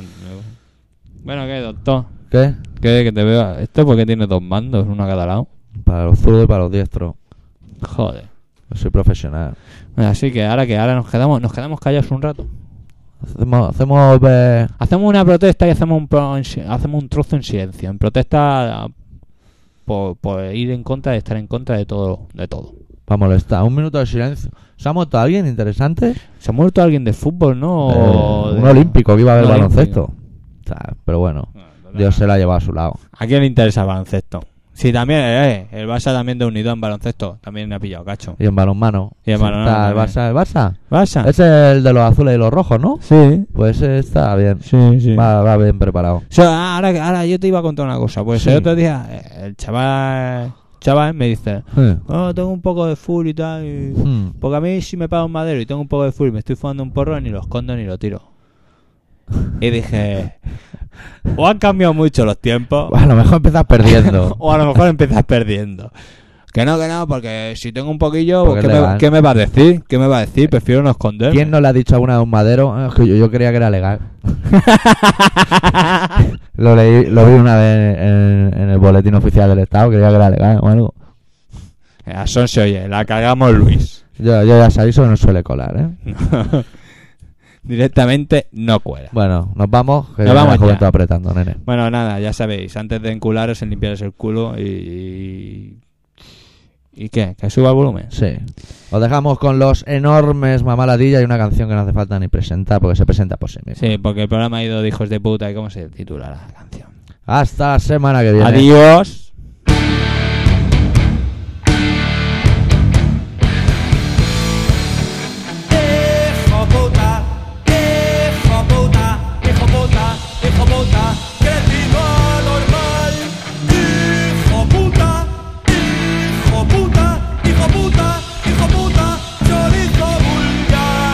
Speaker 5: Bueno, ¿qué, doctor?
Speaker 6: ¿Qué?
Speaker 5: ¿Qué? Que te veo. ¿Esto porque tiene dos mandos, uno a cada lado?
Speaker 6: Para los zurdos y para los diestros.
Speaker 5: Joder.
Speaker 6: Yo soy profesional.
Speaker 5: Bueno, así que ahora que ahora nos quedamos, nos quedamos callados un rato.
Speaker 6: Hacemos, hacemos eh,
Speaker 5: Hacemos una protesta y hacemos un pro- en si- hacemos un trozo en silencio, en protesta por, por ir en contra de estar en contra de todo, de todo.
Speaker 6: para molestar. Un minuto de silencio. ¿Se ha muerto alguien interesante?
Speaker 5: Se ha muerto alguien del fútbol, ¿no? O
Speaker 6: Eh,
Speaker 5: de-
Speaker 6: un olímpico que iba a ver
Speaker 5: un Ah,
Speaker 6: baloncesto. O sea, pero bueno, Dios se la lleva a su lado.
Speaker 5: ¿A quién le interesa el baloncesto? Sí, también, eh, el Barça también de unido en baloncesto, también ha pillado cacho.
Speaker 6: Y en balonmano.
Speaker 5: Y en balonmano
Speaker 6: Está el
Speaker 5: también. Ah.
Speaker 6: Barça. ¿El Barça?
Speaker 5: ¿Barça?
Speaker 6: Es el de los azules y los rojos, ¿no?
Speaker 5: Sí,
Speaker 6: Pues eh, está bien.
Speaker 5: sí, sí.
Speaker 6: Va, va bien preparado.
Speaker 5: O sea, ahora, ahora yo te iba a contar una cosa. Pues
Speaker 6: Sí.
Speaker 5: el otro día eh, el chaval, chaval me dice, oh, tengo un poco de full y tal. y-
Speaker 6: Hmm.
Speaker 5: Porque a mí si me paga un madero y tengo un poco de full y me estoy fumando un porro, ni lo escondo ni lo tiro. Y dije, o han cambiado mucho los tiempos,
Speaker 6: A lo mejor empiezas
Speaker 5: [laughs]
Speaker 6: perdiendo.
Speaker 5: o a lo mejor empiezas perdiendo. Que no, que no, porque si tengo un poquillo,
Speaker 6: Porque
Speaker 5: ¿qué
Speaker 6: es
Speaker 5: me,
Speaker 6: legal.
Speaker 5: ¿qué me va a decir? ¿Qué me va a decir? Prefiero no esconder. [laughs]
Speaker 6: ¿Quién no le ha dicho alguna de un madero? "Ah, es que yo, yo creía que era legal. Lo leí, lo vi una vez en, en el boletín oficial del Estado, creía que era legal o algo.
Speaker 5: A son se Eh, oye, la cagamos Luis. [laughs]
Speaker 6: Yo, yo ya sabéis, eso no suele colar, ¿eh?
Speaker 5: Directamente no cuela.
Speaker 6: Bueno, nos vamos. Que
Speaker 5: Nos vamos
Speaker 6: la
Speaker 5: ya.
Speaker 6: juventud apretando, nene.
Speaker 5: Bueno, nada, ya sabéis, antes de encularos, en limpiaros el culo y... ¿Y qué? ¿Que suba el volumen?
Speaker 6: Sí. Os dejamos con los enormes Mamaladilla y una canción que no hace falta ni presentar porque se presenta por sí misma.
Speaker 5: Sí, porque el programa ha ido de hijos de puta y cómo se titula la canción.
Speaker 6: Hasta la semana que viene.
Speaker 5: Adiós.
Speaker 2: Hijo puta, hijo puta, hijo puta, hijo puta, crecido normal. Hijo puta, hijo puta, hijo puta, hijo puta, chorizo vulgar.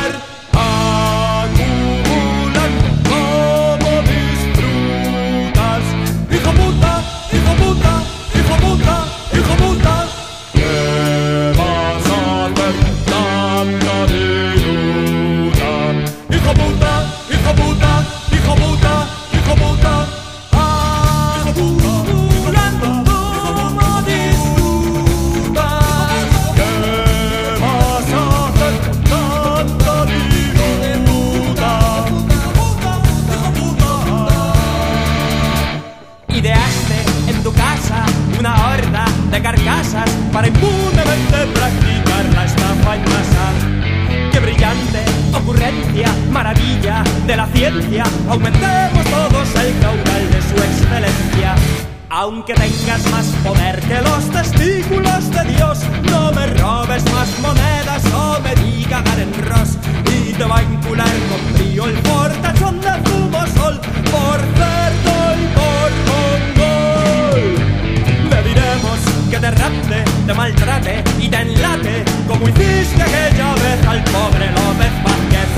Speaker 2: Acumulan como disfrutas. Hijo puta, hijo puta, hijo puta, hijo puta. ¿Qué vas a hacer tanta viruta? Hijo puta, hijo puta, hijo puta, hijo puta. Acumulan como disfrutas. ¿Qué vas a hacer tanta viruta? Hijo puta.
Speaker 9: Ideaste en tu casa una horda de carcasas para impunemente practicar la estafa en masa. ¡Qué brillante ocurrencia, maravilla de la ciencia! Aumentemos todos el caudal de su excelencia. Aunque tengas más poder que los testículos de Dios, no me robes más monedas o me diga Garen Ross. Y te va a incular con frío el portachón de zumosol por cerdo y por mongol. Le diremos que te rapte, te maltrate y te enlate, como hiciste aquella vez al pobre López Vázquez.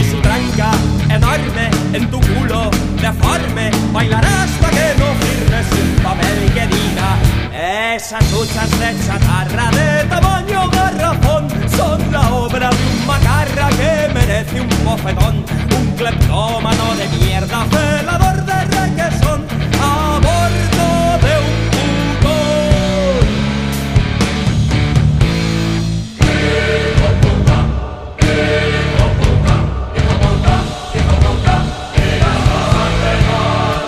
Speaker 9: Y su tranca enorme en tu culo deforme bailará hasta que no firmes un papel que diga esas huchas de chatarra de tamaño garrafón son la obra de un macarra que merece un bofetón, un cleptómano de mierda, celador de requesón, a bordo de un putón.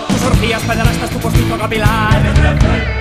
Speaker 9: Tus orgías pederastas, tu postito capilar